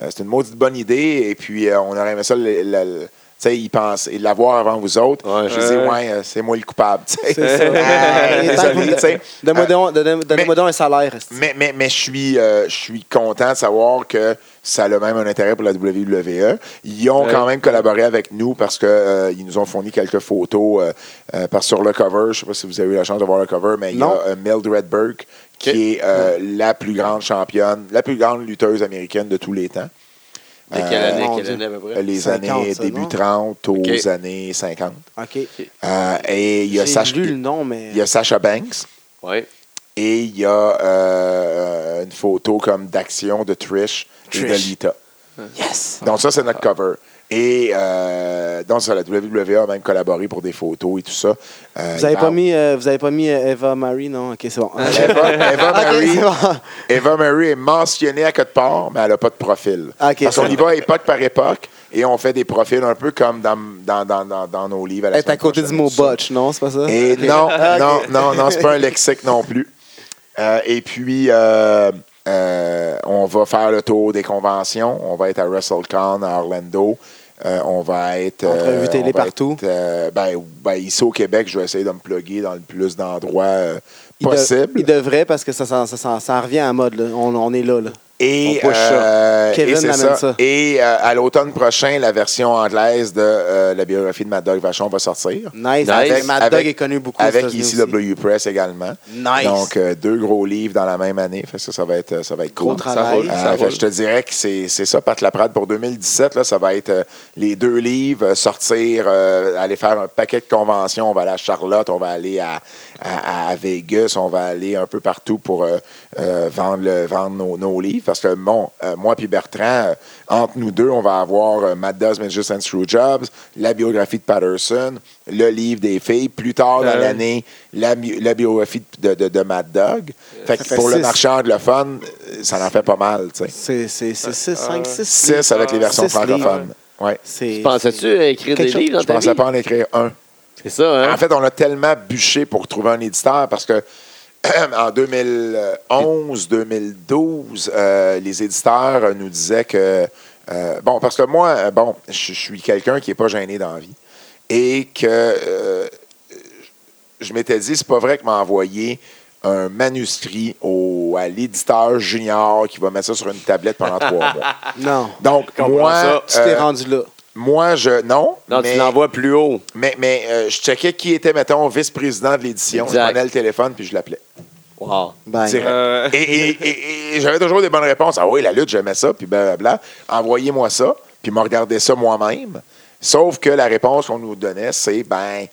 Speaker 2: euh, c'est une maudite bonne idée, et puis euh, on aurait aimé ça... le- le- le- tu sais, il pense, et l'avoir avant vous autres.
Speaker 1: Ouais.
Speaker 2: je dis,
Speaker 4: Ouais.
Speaker 2: ouais, euh, c'est moi le coupable. tu sais.
Speaker 3: C'est ça.
Speaker 2: Ah,
Speaker 3: Et tant que vous-
Speaker 2: désolé, tu sais. Euh,
Speaker 3: Donne-moi donc- donne-
Speaker 2: mais-
Speaker 3: Donnez-moi donc un salaire. esti.
Speaker 2: Mais, mais, mais je suis, euh, je suis content de savoir que ça a le même un intérêt pour la WWE. Ils ont
Speaker 4: Ouais.
Speaker 2: quand même collaboré avec nous parce que euh, ils nous ont fourni quelques photos euh, euh, par sur le cover. Je ne sais pas si vous avez eu la chance de voir le cover, mais il y a
Speaker 3: Non.
Speaker 2: euh, Mildred Burke qui est euh, la plus grande championne, la plus grande lutteuse américaine de tous les temps.
Speaker 1: De quelle année,
Speaker 3: mon
Speaker 1: quelle
Speaker 3: Dieu.
Speaker 1: année à peu près?
Speaker 2: Euh, Les
Speaker 3: 50,
Speaker 2: années
Speaker 3: ça,
Speaker 2: début
Speaker 3: non?
Speaker 2: 30 aux
Speaker 1: Ok.
Speaker 2: années 50.
Speaker 3: OK.
Speaker 2: Euh, et il y Mm. a
Speaker 3: J'ai
Speaker 2: Sacha,
Speaker 3: lu le nom, mais.
Speaker 2: il y a Sasha Banks.
Speaker 1: Ouais.
Speaker 2: Et il y a euh, une photo comme d'action de Trish, et de
Speaker 3: Trish.
Speaker 2: Lita.
Speaker 3: Yes!
Speaker 2: Donc ça, c'est notre cover. Et euh, donc ça, la WWE a même collaboré pour des photos et tout ça. Euh,
Speaker 3: Vous avez
Speaker 2: il
Speaker 3: pas
Speaker 2: parle-
Speaker 3: mis, euh, vous avez pas mis euh, Eva Marie, non? OK, c'est bon.
Speaker 2: Eva, Eva
Speaker 3: Ok,
Speaker 2: Marie,
Speaker 3: c'est bon.
Speaker 2: Eva Marie est mentionnée à quelque part, mais elle n'a pas de profil.
Speaker 3: Ah, Ok.
Speaker 2: Parce qu'on y va époque par époque et on fait des profils un peu comme dans, dans, dans, dans, dans nos livres. à la
Speaker 3: Elle est à
Speaker 2: semaine
Speaker 3: côté du
Speaker 2: prochaine,
Speaker 3: mot
Speaker 2: tout ça.
Speaker 3: botch, non? C'est pas ça?
Speaker 2: Et non, non, non, non, c'est pas un lexique non plus. Euh, et puis, euh, euh, on va faire le tour des conventions. On va être à WrestleCon à Orlando. Euh, on va être. euh,
Speaker 3: Entrevue télé
Speaker 2: on va
Speaker 3: partout.
Speaker 2: être, euh, ben, ben, ici au Québec, je vais essayer de me plugger dans le plus d'endroits euh,
Speaker 3: Il de-
Speaker 2: possible.
Speaker 3: il devrait parce que ça, s'en- ça, s'en- ça en revient à la mode. là. On, on est là. là.
Speaker 2: Et,
Speaker 3: On push ça.
Speaker 2: euh,
Speaker 3: Kevin
Speaker 2: et c'est
Speaker 3: l'amène
Speaker 2: ça.
Speaker 3: ça.
Speaker 2: Et euh, à l'automne prochain, la version anglaise de euh, la biographie de Mad Dog Vachon va sortir.
Speaker 3: Nice.
Speaker 1: Nice.
Speaker 3: Avec, Mad Dog
Speaker 2: avec-
Speaker 3: est connu beaucoup. aux
Speaker 2: Avec
Speaker 3: États-Unis aussi.
Speaker 2: ECW Press également.
Speaker 3: Nice.
Speaker 2: Donc, euh, deux gros livres dans la même année. Fait que ça, ça va être, euh, ça va être
Speaker 3: Gros
Speaker 2: cool.
Speaker 4: Ça
Speaker 3: travail.
Speaker 4: roule,
Speaker 2: Euh,
Speaker 4: ça
Speaker 2: fait que
Speaker 4: roule.
Speaker 2: je te dirais que c'est c'est ça, Pat Laprade, pour 2017. Là, ça va être euh, les deux livres, euh, sortir, euh, aller faire un paquet de conventions. On va aller à Charlotte, on va aller à, à- à Vegas, on va aller un peu partout pour euh, euh, vendre, le- vendre nos, nos livres. Parce que bon, euh, moi puis Bertrand, euh, entre nous deux, on va avoir euh, Mad Does Magic and Jobs, la biographie de Patterson, le livre des filles. Plus tard dans
Speaker 4: Euh.
Speaker 2: l'année, la, bi- la biographie de, de- de Mad Dog. Fait que
Speaker 3: Euh, Ça fait
Speaker 2: pour le
Speaker 3: six.
Speaker 2: marché anglophone, euh, ça en fait pas mal, tu sais.
Speaker 3: C'est 6, 5, 6.
Speaker 2: 6 avec les versions
Speaker 3: Six livres.
Speaker 2: francophones. Ouais.
Speaker 3: C'est.
Speaker 1: Tu pensais-tu à écrire
Speaker 3: Quelque
Speaker 1: des
Speaker 3: chose-
Speaker 1: livres
Speaker 2: Je
Speaker 1: dans ta
Speaker 2: pensais
Speaker 1: vie?
Speaker 2: pas en écrire un.
Speaker 1: C'est ça, hein?
Speaker 2: En fait, on a tellement bûché pour trouver un éditeur parce que en 2011, 2012, euh, les éditeurs euh, nous disaient que. euh, bon, parce que moi, euh, bon, je je suis quelqu'un qui n'est pas gêné dans la vie. Et que euh, je m'étais dit, c'est pas vrai que m'a envoyé un manuscrit au, à l'éditeur junior qui va mettre ça sur une tablette pendant trois mois.
Speaker 3: Non.
Speaker 2: Donc, moi,
Speaker 3: Tu t'es
Speaker 2: euh,
Speaker 3: rendu là.
Speaker 2: moi, je. Non.
Speaker 1: Non,
Speaker 2: mais,
Speaker 1: tu l'envoies plus haut.
Speaker 2: mais, mais, euh, je checkais qui était, mettons, vice-président de l'édition. Je
Speaker 1: Exact.
Speaker 2: prenais le téléphone puis je l'appelais.
Speaker 1: Wow.
Speaker 3: Ben,
Speaker 2: Direct.
Speaker 4: Euh.
Speaker 2: Et, et- et- et j'avais toujours des bonnes réponses. Ah oui, la lutte, j'aimais ça, puis blablabla. Envoyez-moi ça, puis me regardez ça moi-même. Sauf que la réponse qu'on nous donnait, c'est ben.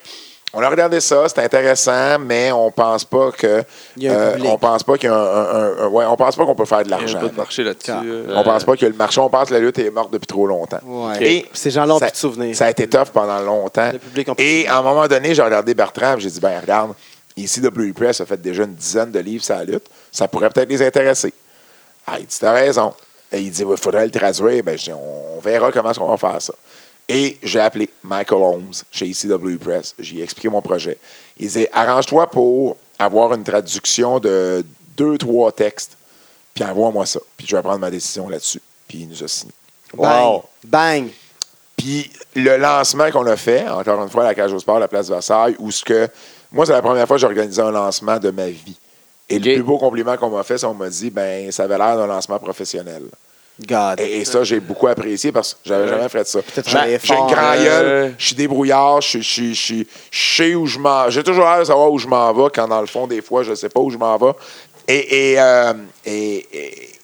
Speaker 2: on a regardé ça, c'est intéressant, mais on pense pas que
Speaker 3: Il y a un
Speaker 2: euh,
Speaker 3: public.
Speaker 2: on pense pas qu'il y a un, un- un- un- ouais, on pense pas qu'on peut faire de
Speaker 4: Il n'y a
Speaker 2: l'argent.
Speaker 4: pas de
Speaker 2: là.
Speaker 4: marché là-dessus.
Speaker 3: Car-
Speaker 4: euh.
Speaker 2: On pense pas que le marché, on pense que la lutte est morte depuis trop longtemps.
Speaker 3: Ouais.
Speaker 2: Et
Speaker 3: Puis Ces gens-là ont
Speaker 2: ça-
Speaker 3: plus de souvenirs.
Speaker 2: Ça a été tough pendant longtemps.
Speaker 3: Le public a plus de
Speaker 2: Et
Speaker 3: souvenirs.
Speaker 2: à un moment donné, j'ai regardé Bertrand, puis j'ai dit ben regarde, ici WE Press a fait déjà une dizaine de livres sur la lutte, ça pourrait peut-être les intéresser. Ah, il dit t'as raison. Et il dit il faudrait le traduire, ben je dis, on on verra comment on va faire ça. Et j'ai appelé Michael Holmes chez ICW Press. J'ai expliqué mon projet. Il dit Arrange-toi pour avoir une traduction de deux, trois textes, puis envoie-moi ça. Puis je vais prendre ma décision là-dessus. Puis il nous a signé.
Speaker 3: Bang!
Speaker 2: Wow!
Speaker 3: Bang!
Speaker 2: Puis le lancement qu'on a fait, encore une fois, à la Cage au Sport, à la place Versailles, où ce que. Moi, c'est la première fois que j'ai organisé un lancement de ma vie. Et
Speaker 1: Ok.
Speaker 2: le plus beau compliment qu'on m'a fait, c'est qu'on m'a dit ben, ça avait l'air d'un lancement professionnel.
Speaker 3: God.
Speaker 2: Et, et ça, j'ai beaucoup apprécié parce que j'avais
Speaker 4: Ouais.
Speaker 2: jamais fait ça.
Speaker 3: travaillé
Speaker 2: J'ai j'ai une
Speaker 3: fort,
Speaker 2: grand
Speaker 4: hein.
Speaker 2: gueule, je suis débrouillard, je je- je- je- je sais où je m'en J'ai toujours l'air de savoir où je m'en vais quand, dans le fond, des fois, je ne sais pas où je m'en vais. Et, et, euh, et-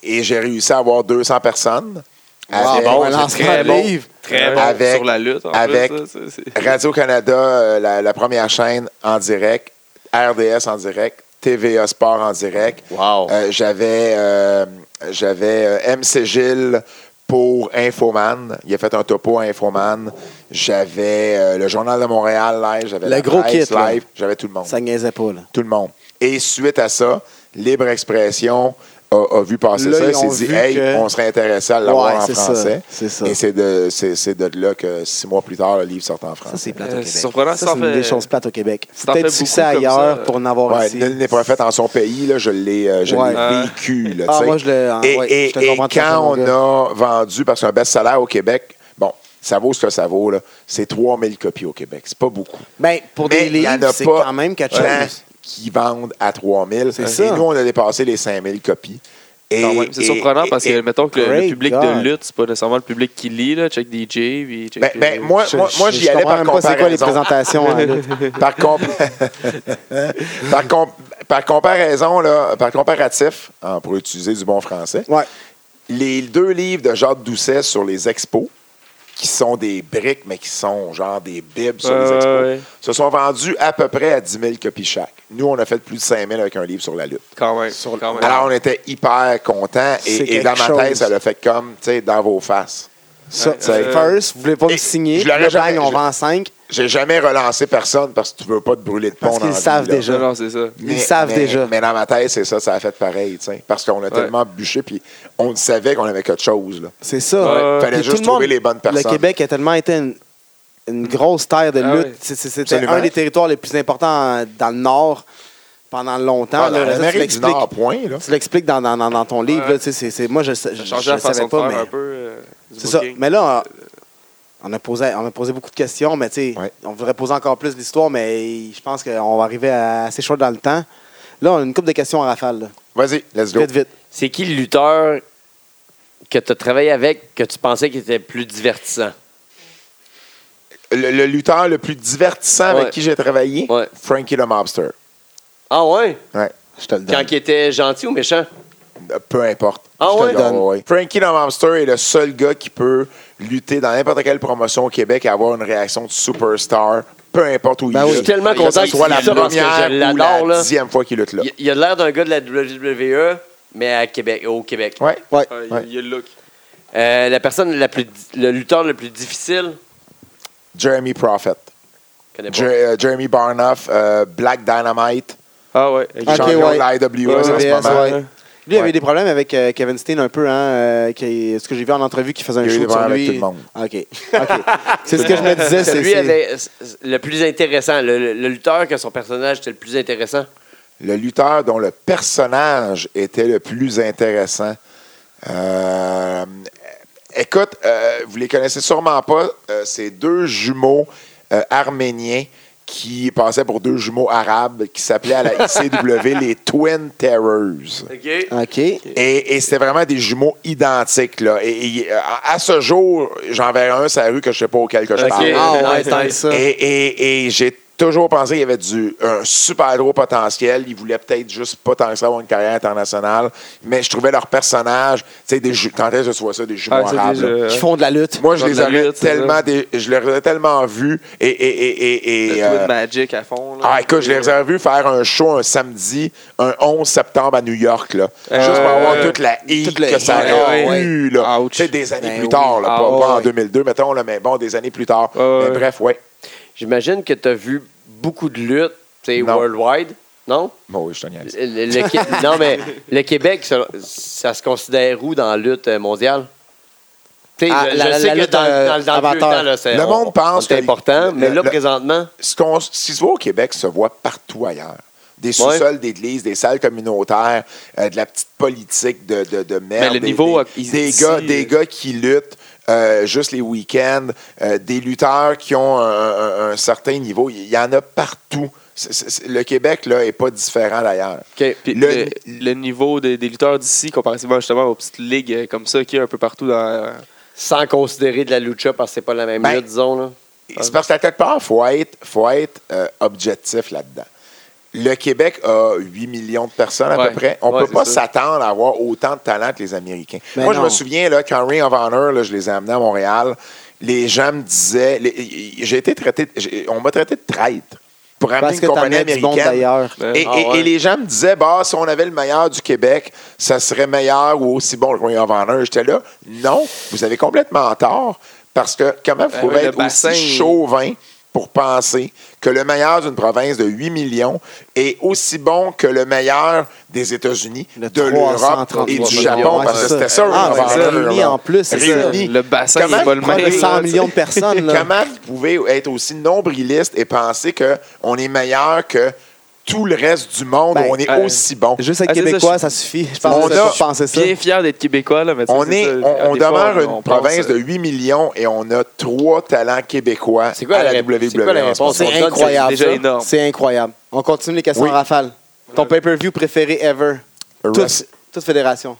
Speaker 2: et- et j'ai réussi à avoir 200 personnes.
Speaker 3: Wow,
Speaker 2: Avec-
Speaker 3: bon,
Speaker 2: c'est
Speaker 3: lancement
Speaker 2: très
Speaker 3: de
Speaker 2: Ah, bon.
Speaker 3: livre.
Speaker 4: Très bon
Speaker 2: Avec-
Speaker 4: sur la lutte. En
Speaker 2: avec-
Speaker 4: plus, ça, c'est- c'est-
Speaker 2: Radio-Canada, euh, la, la première chaîne en direct, RDS en direct, TVA Sport en direct.
Speaker 1: Wow.
Speaker 2: Euh, j'avais euh, j'avais euh, MC Gilles pour Infoman. Il a fait un topo à Infoman. J'avais euh, le Journal de Montréal live. J'avais
Speaker 3: Le
Speaker 2: la
Speaker 3: gros
Speaker 2: presse
Speaker 3: kit, là.
Speaker 2: live. J'avais tout le monde.
Speaker 3: Ça niaisait pas, là.
Speaker 2: Tout le monde. Et suite à ça, Libre Expression a, a vu passer
Speaker 3: Là,
Speaker 2: ça et
Speaker 3: ils ont
Speaker 2: s'est dit
Speaker 3: vu
Speaker 2: Hey,
Speaker 3: que-
Speaker 2: on serait intéressé à l'avoir
Speaker 3: Ouais,
Speaker 2: en
Speaker 3: c'est ça,
Speaker 2: français.
Speaker 3: c'est ça.
Speaker 2: Et c'est de, c'est- c'est de là que six mois plus tard, le livre sort en
Speaker 3: Ça,
Speaker 2: français.
Speaker 3: c'est plate
Speaker 4: Euh,
Speaker 3: au Québec.
Speaker 4: c'est surprenant,
Speaker 3: Ça,
Speaker 4: ça
Speaker 3: c'est
Speaker 4: en
Speaker 3: une
Speaker 4: fait-
Speaker 3: des choses plates au Québec. Faut
Speaker 4: ça en
Speaker 3: peut-être
Speaker 4: fait
Speaker 3: du succès
Speaker 4: beaucoup comme
Speaker 3: ailleurs
Speaker 4: ça.
Speaker 3: pour en avoir
Speaker 2: Ouais,
Speaker 3: ici.
Speaker 2: nul n'est pas fait en son pays. Là, je l'ai euh, je
Speaker 3: Ouais.
Speaker 2: l'ai vécu. là,
Speaker 3: Ah,
Speaker 2: tu sais.
Speaker 3: moi, je l'ai- ah,
Speaker 2: et
Speaker 3: ouais,
Speaker 2: et-
Speaker 3: je te
Speaker 2: et
Speaker 3: comprends tout à fait,
Speaker 2: quand
Speaker 3: mon
Speaker 2: on
Speaker 3: gars.
Speaker 2: a vendu, parce qu'un best-seller au Québec, bon, ça vaut ce que ça vaut. là. C'est 3000 copies au Québec. C'est pas beaucoup.
Speaker 3: Ben, pour
Speaker 2: Mais
Speaker 3: des
Speaker 2: il y en a
Speaker 3: livres, c'est
Speaker 2: pas
Speaker 3: quand même quelque
Speaker 2: plein
Speaker 3: chose.
Speaker 2: qui vendent à 3000.
Speaker 3: C'est
Speaker 2: Et
Speaker 3: ça.
Speaker 2: nous, on a dépassé les 5000 copies. Et-
Speaker 4: quand même, C'est
Speaker 2: et-
Speaker 4: surprenant parce que,
Speaker 2: et-
Speaker 4: mettons que le, le
Speaker 3: Great
Speaker 4: public
Speaker 3: God.
Speaker 4: de lutte, c'est pas nécessairement le public qui lit, là, check DJ, puis check. euh,
Speaker 2: Ben, ben, moi,
Speaker 3: Je-
Speaker 2: moi, moi,
Speaker 3: je-
Speaker 2: j'y
Speaker 3: je
Speaker 2: allais
Speaker 3: comprends
Speaker 2: par
Speaker 3: même pas c'est quoi les
Speaker 2: comparaison.
Speaker 3: présentations. hein, là.
Speaker 2: par, comp- par, com- par comparaison, là, par comparatif, hein, pour utiliser du bon français,
Speaker 3: Ouais.
Speaker 2: les deux livres de Jacques Doucet sur les expos, qui sont des briques, mais qui sont genre des bibles sur les
Speaker 3: Euh,
Speaker 4: Ouais,
Speaker 2: expos,
Speaker 4: ouais.
Speaker 2: se sont vendus à peu près à 10 000 copies chaque. Nous, on a fait plus de 5 000 avec un livre sur la lutte.
Speaker 4: quand même.
Speaker 3: Sur-
Speaker 4: quand même.
Speaker 2: Alors, on était hyper contents
Speaker 3: C'est
Speaker 2: et, et
Speaker 3: quelque
Speaker 2: dans ma tête,
Speaker 3: chose.
Speaker 2: ça l'a fait comme, tu sais, dans vos faces.
Speaker 3: Ça,
Speaker 4: Ouais, euh,
Speaker 3: first, vous voulez pas me
Speaker 2: et
Speaker 3: signer.
Speaker 2: je l'aurais
Speaker 3: Le
Speaker 2: jamais-
Speaker 3: bang, on
Speaker 2: je-
Speaker 3: vend 5.
Speaker 2: J'ai jamais relancé personne parce que tu veux pas te brûler de pont
Speaker 3: Parce
Speaker 2: dans
Speaker 3: qu'ils
Speaker 2: la vie,
Speaker 3: savent
Speaker 2: là.
Speaker 3: déjà.
Speaker 4: Non, non, c'est ça.
Speaker 3: Ils le savent déjà.
Speaker 2: Mais dans ma tête, c'est ça, ça a fait pareil, tu sais, parce qu'on a tellement bûché, puis on le savait qu'on avait quelque chose. Là.
Speaker 3: C'est ça.
Speaker 4: Ouais.
Speaker 2: Fallait
Speaker 3: Puis
Speaker 2: juste
Speaker 3: tout le monde-
Speaker 2: trouver les bonnes personnes.
Speaker 3: Le Québec a tellement été une, une grosse terre de
Speaker 4: Ah
Speaker 3: lutte.
Speaker 4: oui.
Speaker 3: C'est- c'est- C'était
Speaker 2: Absolument.
Speaker 3: un des territoires les plus importants dans le Nord pendant longtemps.
Speaker 2: Ah,
Speaker 3: là.
Speaker 2: dans
Speaker 3: Ça, tu
Speaker 2: l'Amérique du
Speaker 3: l'expliques-
Speaker 2: Nord, point. Là.
Speaker 3: Tu l'expliques dans, dans- dans- dans ton livre.
Speaker 4: Ouais.
Speaker 3: là, tu sais, c'est- c'est- moi, je ne
Speaker 4: changer la façon
Speaker 3: savais
Speaker 4: de faire
Speaker 3: pas.
Speaker 4: un
Speaker 3: mais-
Speaker 4: peu. euh, du
Speaker 3: C'est ça.
Speaker 4: booking.
Speaker 3: Mais là, on a posé, on a posé beaucoup de questions, mais tu sais,
Speaker 2: Ouais.
Speaker 3: on voudrait poser encore plus l'histoire, mais je pense qu'on va arriver à- assez chaud dans le temps. Là, on a une couple de questions à rafale. là.
Speaker 2: Vas-y, let's go.
Speaker 3: Vite, vite.
Speaker 1: C'est qui le lutteur que tu as travaillé avec que tu pensais qu'il était plus divertissant?
Speaker 2: Le, le lutteur le plus divertissant
Speaker 1: Ouais.
Speaker 2: avec qui j'ai travaillé,
Speaker 1: Ouais.
Speaker 2: Frankie le Mobster.
Speaker 1: Ah ouais?
Speaker 2: Ouais.
Speaker 3: Je te le
Speaker 1: Quand
Speaker 3: donne.
Speaker 1: il était gentil ou méchant?
Speaker 2: Euh, Peu importe.
Speaker 1: Ah
Speaker 2: Je te
Speaker 1: ouais?
Speaker 2: le donne, ouais. Frankie le Mobster est le seul gars qui peut lutter dans n'importe quelle promotion au Québec et avoir une réaction de superstar, peu importe où il
Speaker 3: Ben oui.
Speaker 2: est.
Speaker 3: Je suis
Speaker 1: tellement
Speaker 2: Que ce
Speaker 1: content qu'il
Speaker 2: soit la
Speaker 1: dise ça parce que je
Speaker 2: première ou
Speaker 1: l'adore,
Speaker 2: la
Speaker 1: là.
Speaker 2: dixième fois qu'il lutte là.
Speaker 1: Il, il a l'air d'un gars de la WWE, mais à Québec, au Québec.
Speaker 2: Ouais.
Speaker 3: Ouais.
Speaker 4: Ah, il-
Speaker 2: Ouais.
Speaker 4: Il y a le look.
Speaker 1: Euh, la personne la plus di- le lutteur le plus difficile,
Speaker 2: Jeremy Prophet.
Speaker 1: je connais pas.
Speaker 2: Je- euh, Jeremy Barnoff, euh, Black Dynamite,
Speaker 4: Ah ouais. ok.
Speaker 3: Ah,
Speaker 2: champion
Speaker 3: ouais.
Speaker 2: de la IWS
Speaker 4: Ouais,
Speaker 2: en
Speaker 3: ouais,
Speaker 2: ce moment.
Speaker 3: ouais. Lui, il avait
Speaker 2: Ouais.
Speaker 3: des problèmes avec euh, Kevin Steen un peu, hein. euh, qui- ce que j'ai vu en entrevue, qui faisait un
Speaker 2: Il y a eu
Speaker 3: show
Speaker 2: des
Speaker 3: sur
Speaker 2: problèmes
Speaker 3: lui.
Speaker 2: avec tout le monde.
Speaker 3: Ah, OK. OK. c'est ce que je me disais. c'est-
Speaker 1: Celui
Speaker 3: c'est-
Speaker 1: avec c'est- le plus intéressant, le, le- le lutteur que son personnage était le plus intéressant.
Speaker 2: Le lutteur dont le personnage était le plus intéressant. Euh, écoute, euh, vous les connaissez sûrement pas. euh, C'est deux jumeaux euh, arméniens qui passaient pour deux jumeaux arabes qui s'appelaient à la ICW les Twin Terrors.
Speaker 1: OK.
Speaker 3: OK.
Speaker 2: Et, et c'était vraiment des jumeaux identiques. Là. Et, et, euh, à ce jour, j'en verrai un sur la rue que je sais pas auquel que je
Speaker 1: Ok.
Speaker 2: parle.
Speaker 3: Ah ouais,
Speaker 1: Nice,
Speaker 3: tant que
Speaker 1: nice.
Speaker 3: ça.
Speaker 2: Et, et- et j'ai toujours pensé qu'il y avait du, un super gros potentiel. Ils voulaient peut-être juste pas tant que ça avoir une carrière internationale. Mais je trouvais leur personnage, tu sais, des ju- quand est-ce que je vois ça, des jumeaux
Speaker 4: Ah, c'est
Speaker 2: arabes,
Speaker 4: des,
Speaker 2: là.
Speaker 4: euh,
Speaker 3: Qui font de la lutte.
Speaker 2: Moi, je
Speaker 4: Comme
Speaker 2: les,
Speaker 4: la
Speaker 2: aurais
Speaker 4: lutte, c'est
Speaker 2: tellement
Speaker 4: ça.
Speaker 2: des- je les aurais tellement vus et, et, et, et, et,
Speaker 4: le
Speaker 2: euh,
Speaker 4: Twin euh, Magic à fond. là.
Speaker 2: ah, écoute, je les ai vus faire un show un samedi, un 11 septembre à New York, là.
Speaker 4: Euh,
Speaker 2: juste pour avoir
Speaker 4: euh,
Speaker 2: toute la hit
Speaker 3: toute la
Speaker 2: que ça
Speaker 3: hit,
Speaker 2: a
Speaker 3: ouais.
Speaker 2: eu, là.
Speaker 4: Ouch.
Speaker 2: Tu sais, des années
Speaker 3: Ben
Speaker 2: plus
Speaker 3: oui.
Speaker 2: tard, là.
Speaker 4: Ah,
Speaker 2: pas, pas en
Speaker 3: ouais.
Speaker 2: 2002, mettons, là, mais bon, des années plus tard.
Speaker 4: Ah,
Speaker 2: mais
Speaker 4: ouais.
Speaker 2: bref, ouais.
Speaker 1: J'imagine que tu as vu beaucoup de luttes, tu sais,
Speaker 2: Non.
Speaker 1: worldwide, non?
Speaker 2: Bon, oui, je te niaise.
Speaker 1: Le- le- le Qué- non, mais le Québec, ça, ça se considère où dans la lutte euh, mondiale? Tu sais,
Speaker 3: Ah,
Speaker 1: je,
Speaker 3: la-
Speaker 1: je
Speaker 3: la-
Speaker 1: sais
Speaker 3: la
Speaker 1: que
Speaker 3: lutte,
Speaker 1: dans,
Speaker 3: euh,
Speaker 1: dans- dans le vieux
Speaker 3: amateur.
Speaker 1: temps, là, c'est-
Speaker 2: Le
Speaker 1: on-
Speaker 2: monde
Speaker 1: on
Speaker 2: pense
Speaker 1: était
Speaker 2: que-
Speaker 1: important, mais
Speaker 2: le-
Speaker 1: là,
Speaker 2: le-
Speaker 1: présentement,
Speaker 2: ce qu'on ce qui se voit au Québec se voit partout ailleurs. Des sous-sols d'églises, des salles communautaires, euh, de la petite politique de, de, de merde.
Speaker 4: Mais le
Speaker 2: des-
Speaker 4: niveau,
Speaker 2: des,
Speaker 4: ils-
Speaker 2: des
Speaker 4: ici,
Speaker 2: gars,
Speaker 4: euh,
Speaker 2: des gars qui luttent euh, juste les week-ends, euh, des lutteurs qui ont un, un- un certain niveau. Il y en a partout. C'est- c'est- c'est- le Québec là est pas différent d'ailleurs.
Speaker 4: Ok, puis
Speaker 2: Le-
Speaker 4: le, le niveau des, des lutteurs d'ici, comparativement justement aux petites ligues euh, comme ça qu'il y a un peu partout dans. euh,
Speaker 1: sans considérer de la lucha parce que c'est pas la même
Speaker 2: Ben,
Speaker 1: lutte, disons. Là.
Speaker 2: C'est parce qu'à quelque part, il faut être, faut être euh, objectif là-dedans. Le Québec a 8 millions de personnes à
Speaker 4: Ouais.
Speaker 2: peu près. On ne
Speaker 4: Ouais,
Speaker 2: peut
Speaker 4: c'est
Speaker 2: pas
Speaker 4: ça.
Speaker 2: s'attendre à avoir autant de talent que les Américains.
Speaker 3: Ben
Speaker 2: Moi, je
Speaker 3: non.
Speaker 2: me souviens, là, quand Ring of Honor, là, je les ai amenés à Montréal, les gens me disaient... les- y- y- J'ai été traité... de- j'ai- On m'a traité de traître pour amener
Speaker 3: Parce
Speaker 2: une
Speaker 3: que t'en
Speaker 2: compagnie
Speaker 3: as du monde
Speaker 2: américaine.
Speaker 3: d'ailleurs.
Speaker 4: Ben,
Speaker 2: Et, et-
Speaker 1: ah ouais.
Speaker 2: et les gens me disaient, bah, si on avait le meilleur du Québec, ça serait meilleur ou aussi bon le Ring of Honor. J'étais là, non, vous avez complètement tort. Parce que comment vous
Speaker 4: Ben
Speaker 2: pouvez
Speaker 4: oui, le
Speaker 2: être aussi
Speaker 4: bassin-
Speaker 2: chauvin pour penser que le meilleur d'une province de 8 millions est aussi bon que le meilleur des États-Unis,
Speaker 3: Le
Speaker 2: de l'Europe
Speaker 3: 333
Speaker 2: et du
Speaker 4: millions,
Speaker 2: Japon?
Speaker 4: ouais,
Speaker 2: parce que
Speaker 4: c'est
Speaker 2: c'était
Speaker 4: ça.
Speaker 2: ça, Ring
Speaker 4: Ah,
Speaker 2: of
Speaker 4: ben,
Speaker 2: Honor,
Speaker 4: c'est
Speaker 2: là.
Speaker 3: réuni en plus, c'est ça.
Speaker 2: Réuni.
Speaker 4: Le bassin
Speaker 2: Comment
Speaker 4: est pas le
Speaker 2: prendre
Speaker 4: même.
Speaker 3: Prendre 100 millions de personnes. Là.
Speaker 2: Comment vous pouvez être aussi nombriliste et penser qu'on est meilleur que tout le reste du monde,
Speaker 3: Ben,
Speaker 2: où on est
Speaker 4: euh,
Speaker 2: aussi bon?
Speaker 3: Juste être
Speaker 4: Ah, c'est ça,
Speaker 3: québécois,
Speaker 4: je-
Speaker 3: ça suffit. Je
Speaker 2: On
Speaker 3: pense que
Speaker 2: a-
Speaker 3: ça, faut penser ça.
Speaker 4: bien fier d'être québécois, là, mais tu sais,
Speaker 2: On,
Speaker 4: c'est
Speaker 2: est,
Speaker 4: ça,
Speaker 2: on, on
Speaker 4: des fois,
Speaker 2: demeure
Speaker 4: on-
Speaker 2: une
Speaker 4: on pense,
Speaker 2: province
Speaker 4: euh,
Speaker 2: de 8 millions et on a trois talents québéis
Speaker 1: C'est quoi
Speaker 2: à
Speaker 1: la
Speaker 2: la, E.
Speaker 1: ré-
Speaker 2: WWE.
Speaker 1: c'est quoi la
Speaker 2: en ce moment.
Speaker 1: réponse?
Speaker 3: C'est
Speaker 1: On donne,
Speaker 3: incroyable.
Speaker 4: c'est déjà
Speaker 3: ça.
Speaker 4: énorme.
Speaker 3: C'est incroyable. On continue les questions
Speaker 2: Oui.
Speaker 3: en rafale. Ton pay-per-view préféré ever?
Speaker 2: Rest-
Speaker 3: Toute, toute fédération.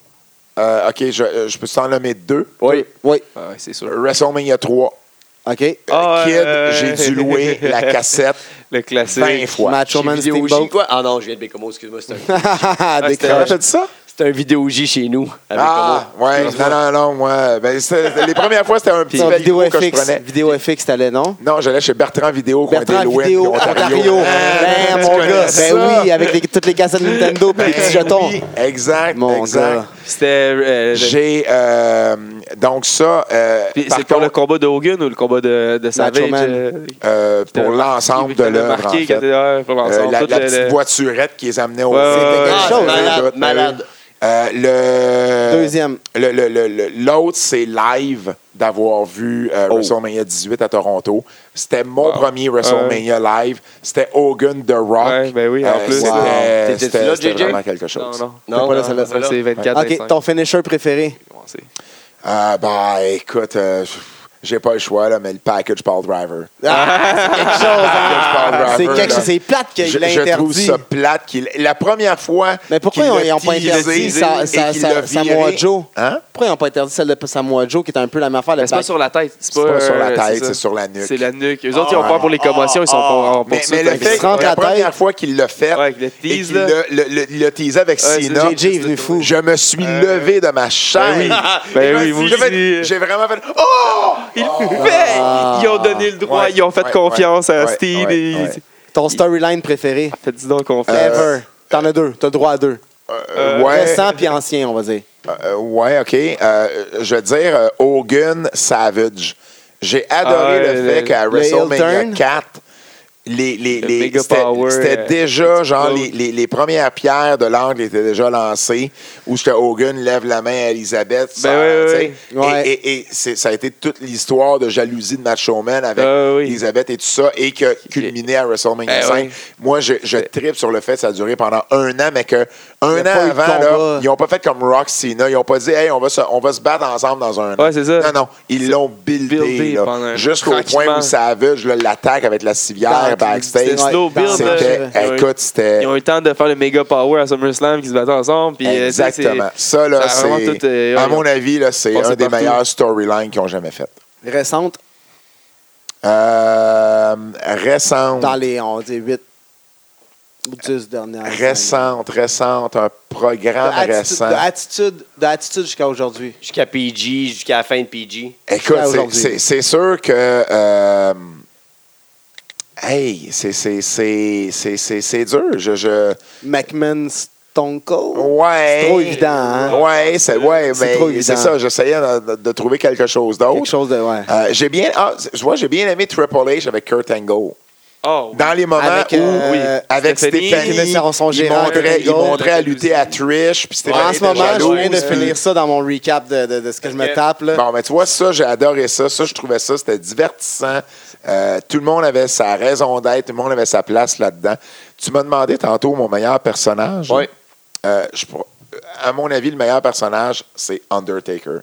Speaker 2: Euh, OK, je, euh, je peux t'en nommer deux.
Speaker 1: Oui.
Speaker 3: Oui.
Speaker 4: Ah, ouais, c'est sûr.
Speaker 2: WrestleMania 3.
Speaker 3: OK.
Speaker 4: Ah,
Speaker 2: Kid,
Speaker 4: euh,
Speaker 2: j'ai dû louer la Ben, cassette
Speaker 4: Le classique.
Speaker 2: 20 fois.
Speaker 3: Macho
Speaker 1: Chez
Speaker 3: Man
Speaker 1: Vidéo
Speaker 3: Steamboat.
Speaker 1: J, quoi? Ah non, je viens de Bécomo, excuse-moi. C'est un,
Speaker 2: Ah,
Speaker 3: Décroche.
Speaker 2: Comment t'as dit ça?
Speaker 1: c'est un Vidéo J chez nous. à
Speaker 2: Ah, ouais, non, non, non, moi. ben, c'était- les premières fois, c'était un petit
Speaker 3: Ton vidéo
Speaker 2: Velcro que je
Speaker 3: FX,
Speaker 2: prenais.
Speaker 3: vidéo FX, t'allais, non?
Speaker 2: Non, j'allais chez Bertrand Vidéo, coin
Speaker 3: Bertrand
Speaker 2: des Louis,
Speaker 3: Vidéo, Ontario.
Speaker 2: Ah,
Speaker 3: Ben,
Speaker 2: tu
Speaker 3: mon
Speaker 2: connais
Speaker 3: gars,
Speaker 2: ça? Ben
Speaker 3: ben oui, avec les- toutes les cassettes Nintendo et les petits jetons.
Speaker 2: Oui, Exact,
Speaker 3: Ah, Mon
Speaker 2: exact.
Speaker 3: gars.
Speaker 4: C'était. euh, le-
Speaker 2: J'ai. euh, donc, ça. euh,
Speaker 4: Puis
Speaker 2: par
Speaker 4: C'est pour le
Speaker 2: contre,
Speaker 4: combat de Hogan ou le combat de, de Savage?
Speaker 3: Man.
Speaker 4: euh,
Speaker 2: euh, pour
Speaker 4: qui-
Speaker 2: l'ensemble
Speaker 4: qui
Speaker 2: de
Speaker 4: avait
Speaker 2: l'œuvre. En
Speaker 4: marqué,
Speaker 2: fait.
Speaker 4: qui était- ouais, pour
Speaker 2: Euh,
Speaker 4: l'ensemble,
Speaker 2: la,
Speaker 4: tout
Speaker 2: la
Speaker 4: le-
Speaker 2: petite
Speaker 4: le-
Speaker 2: voiturette qu'ils amenaient au.
Speaker 4: Ouais, ouais,
Speaker 2: C'était quelque
Speaker 3: ouais.
Speaker 1: Ah,
Speaker 2: chose,
Speaker 1: malade,
Speaker 2: hein, tout,
Speaker 1: malade.
Speaker 2: euh, le.
Speaker 3: Deuxième.
Speaker 2: le- le- le- le- L'autre, c'est live d'avoir vu
Speaker 3: Oh.
Speaker 2: euh, WrestleMania 18 à Toronto. C'était mon premier WrestleMania live. C'était Hogan The Rock. Euh,
Speaker 4: Ouais, ben oui, en plus.
Speaker 2: c'était-
Speaker 3: Wow.
Speaker 1: T'étais-tu
Speaker 2: c'était-
Speaker 1: là,
Speaker 2: c'était
Speaker 1: JJ?
Speaker 2: vraiment quelque
Speaker 4: Non,
Speaker 2: chose.
Speaker 4: non.
Speaker 1: Non,
Speaker 4: T'as pas
Speaker 1: non,
Speaker 4: la salle de
Speaker 1: non,
Speaker 4: ça, c'est 24
Speaker 3: OK, ton finisher préféré.
Speaker 2: Ah, ben, écoute, euh, j'ai pas le choix, là, mais le package Paul Driver.
Speaker 3: Ah, Quelque chose, hein?
Speaker 2: Paul Driver,
Speaker 3: C'est quelque
Speaker 2: là.
Speaker 3: chose, c'est plate
Speaker 2: Je,
Speaker 3: qu'il l'a
Speaker 2: je trouve
Speaker 3: interdit.
Speaker 2: ça plate. qu'il- la première fois.
Speaker 3: Mais pourquoi
Speaker 2: qu'il
Speaker 3: ils ont-
Speaker 2: l'a
Speaker 3: ils n'ont pas
Speaker 2: teasé
Speaker 3: interdit ça,
Speaker 2: et
Speaker 3: ça,
Speaker 2: qu'il
Speaker 3: ça-
Speaker 2: l'a viré-
Speaker 3: Samoa Joe?
Speaker 2: Hein?
Speaker 3: Pourquoi ils n'ont pas interdit celle de Samoa Joe, qui était un peu la même affaire? le
Speaker 4: Mais c'est pas
Speaker 3: pack?
Speaker 4: sur la tête. C'est
Speaker 2: Ben, C'est
Speaker 4: pas,
Speaker 2: pas sur
Speaker 4: euh,
Speaker 2: la tête,
Speaker 4: ça.
Speaker 2: c'est sur la nuque.
Speaker 4: C'est la nuque. Eux autres, ils ont peur pour les commotions, ils sont pas en
Speaker 2: Mais,
Speaker 4: poursuite
Speaker 2: mais le
Speaker 4: avec-
Speaker 2: fait,
Speaker 3: se rentre
Speaker 2: la
Speaker 3: la tête.
Speaker 2: première fois qu'il l'a fait,
Speaker 4: Ouais, avec le
Speaker 2: et
Speaker 4: tease,
Speaker 2: qu'il
Speaker 4: là.
Speaker 2: l'a- le, le- il l'a teasé avec
Speaker 4: Ouais,
Speaker 2: Sina,
Speaker 3: JJ est venu fou.
Speaker 2: je me suis levé de ma chaise.
Speaker 4: Euh, Ben oui,
Speaker 2: J'ai
Speaker 4: moi
Speaker 2: fait-
Speaker 4: aussi.
Speaker 2: J'ai vraiment fait Oh!
Speaker 4: Ils le faisaient! Ils ont donné le droit,
Speaker 2: Ouais,
Speaker 4: ils ont fait
Speaker 2: ouais,
Speaker 4: confiance
Speaker 2: ouais,
Speaker 4: à
Speaker 2: ouais,
Speaker 4: Steve.
Speaker 2: ouais,
Speaker 4: et-
Speaker 2: ouais.
Speaker 3: Ton storyline préféré?
Speaker 4: Faites-y donc confiance.
Speaker 3: Ever. T'en as deux. T'as droit à deux.
Speaker 2: Euh, euh, ouais,
Speaker 3: Récent puis ancien, on va dire.
Speaker 2: euh, ouais, OK. Euh, je veux dire, euh, Hogan Savage. J'ai adoré
Speaker 4: Ah,
Speaker 2: le
Speaker 4: le-
Speaker 2: fait qu'à
Speaker 3: le
Speaker 2: WrestleMania
Speaker 3: heel turn.
Speaker 2: 4, les, les,
Speaker 4: Le
Speaker 2: les-
Speaker 4: Mega
Speaker 2: c'était,
Speaker 4: Power,
Speaker 2: c'était
Speaker 4: euh,
Speaker 2: déjà, genre, les,
Speaker 4: explode.
Speaker 2: les- les premières pierres de l'angle étaient déjà lancées, où ce que Hogan lève la main à Elisabeth. ça,
Speaker 4: ouais,
Speaker 2: tu sais.
Speaker 4: ouais.
Speaker 2: Et-
Speaker 3: Ouais.
Speaker 2: Et, et c'est- ça a été toute l'histoire de jalousie de Macho Man avec
Speaker 4: Ah, oui.
Speaker 2: Elisabeth et tout ça, et qui a culminé à WrestleMania
Speaker 4: Eh
Speaker 2: 5.
Speaker 4: oui. Euh.
Speaker 2: Moi, je, je tripe sur le fait que ça a duré pendant un an, mais que un
Speaker 3: Il
Speaker 2: an
Speaker 3: y a pas eu de
Speaker 2: avant, là,
Speaker 3: combat.
Speaker 2: ils n'ont pas fait comme Rock Cena. Ils n'ont pas dit, hey, on va se, on va se battre ensemble dans un an.
Speaker 4: Ouais, c'est ça.
Speaker 2: Non, non. Ils l'ont buildé,
Speaker 4: buildé
Speaker 2: là,
Speaker 4: pendant-
Speaker 2: jusqu'au point
Speaker 4: tranquillement.
Speaker 2: où Savage là, l'attaque avec la civière
Speaker 3: Dans-
Speaker 2: Ah, backstage. euh,
Speaker 3: Ouais,
Speaker 4: Slow
Speaker 3: dans-
Speaker 4: build,
Speaker 2: C'était,
Speaker 3: euh,
Speaker 4: là. Ouais.
Speaker 2: écoute, c'était.
Speaker 4: Ils ont eu le temps de faire le méga power à SummerSlam qui se battaient ensemble. Puis, euh, tu sais, c'est-
Speaker 2: Exactement. Ça, là,
Speaker 4: ça a vraiment
Speaker 2: c'est.
Speaker 4: tout, euh,
Speaker 2: à
Speaker 4: ils ont-
Speaker 2: mon avis, là, c'est
Speaker 4: passé
Speaker 2: un des
Speaker 4: partout.
Speaker 2: meilleurs storylines qu'ils ont jamais fait.
Speaker 3: Récente.
Speaker 2: Euh, récente.
Speaker 3: Dans les, on va dire, 8 ou 10 dernières années.
Speaker 2: Récente, récente, un
Speaker 3: De
Speaker 2: programme
Speaker 3: attitude,
Speaker 2: récent.
Speaker 3: de attitude, de attitude jusqu'à aujourd'hui.
Speaker 1: Jusqu'à PG, jusqu'à la fin de PG.
Speaker 2: Écoute,
Speaker 3: Jusqu'à
Speaker 2: c'est-
Speaker 3: aujourd'hui.
Speaker 2: c'est- c'est sûr que. euh, hey, c'est- c'est- c'est c'est- c'est- c'est dur. Je, je-
Speaker 3: McMahon Stone Cold.
Speaker 2: Oh. Ouais.
Speaker 3: C'est trop évident, hein?
Speaker 2: Ouais, c'est ouais,
Speaker 3: C'est trop
Speaker 2: mais
Speaker 3: évident.
Speaker 2: c'est ça. J'essayais de, de- de trouver quelque chose
Speaker 3: Quelque
Speaker 2: d'autre.
Speaker 3: chose de. Ouais.
Speaker 2: Euh, j'ai bien, ah, je vois, j'ai bien aimé Triple H avec Kurt Angle.
Speaker 4: Oh, oui.
Speaker 2: Dans les moments
Speaker 3: Avec,
Speaker 2: où,
Speaker 3: euh,
Speaker 2: Ah, oui, avec
Speaker 4: Stéphanie,
Speaker 2: Stéphanie,
Speaker 3: qui met son- son
Speaker 2: il
Speaker 3: gérant,
Speaker 2: montrait, il
Speaker 4: Kurt Angle.
Speaker 2: montrait à lutter à Trish, puis Stéphanie
Speaker 3: en ce
Speaker 2: était
Speaker 3: moment, je
Speaker 2: jalouse.
Speaker 3: viens de
Speaker 4: jalouse, euh.
Speaker 3: finir ça dans mon recap de, de- de ce que je me
Speaker 4: Ok.
Speaker 3: tape. Là.
Speaker 2: Bon, mais tu vois, ça, j'ai adoré ça. Ça, je trouvais ça, c'était divertissant. Euh, tout le monde avait sa raison d'être, tout le monde avait sa place là-dedans. Tu m'as demandé tantôt mon meilleur personnage.
Speaker 1: Oui.
Speaker 2: Euh, je pour- à mon avis, le meilleur personnage, c'est Undertaker.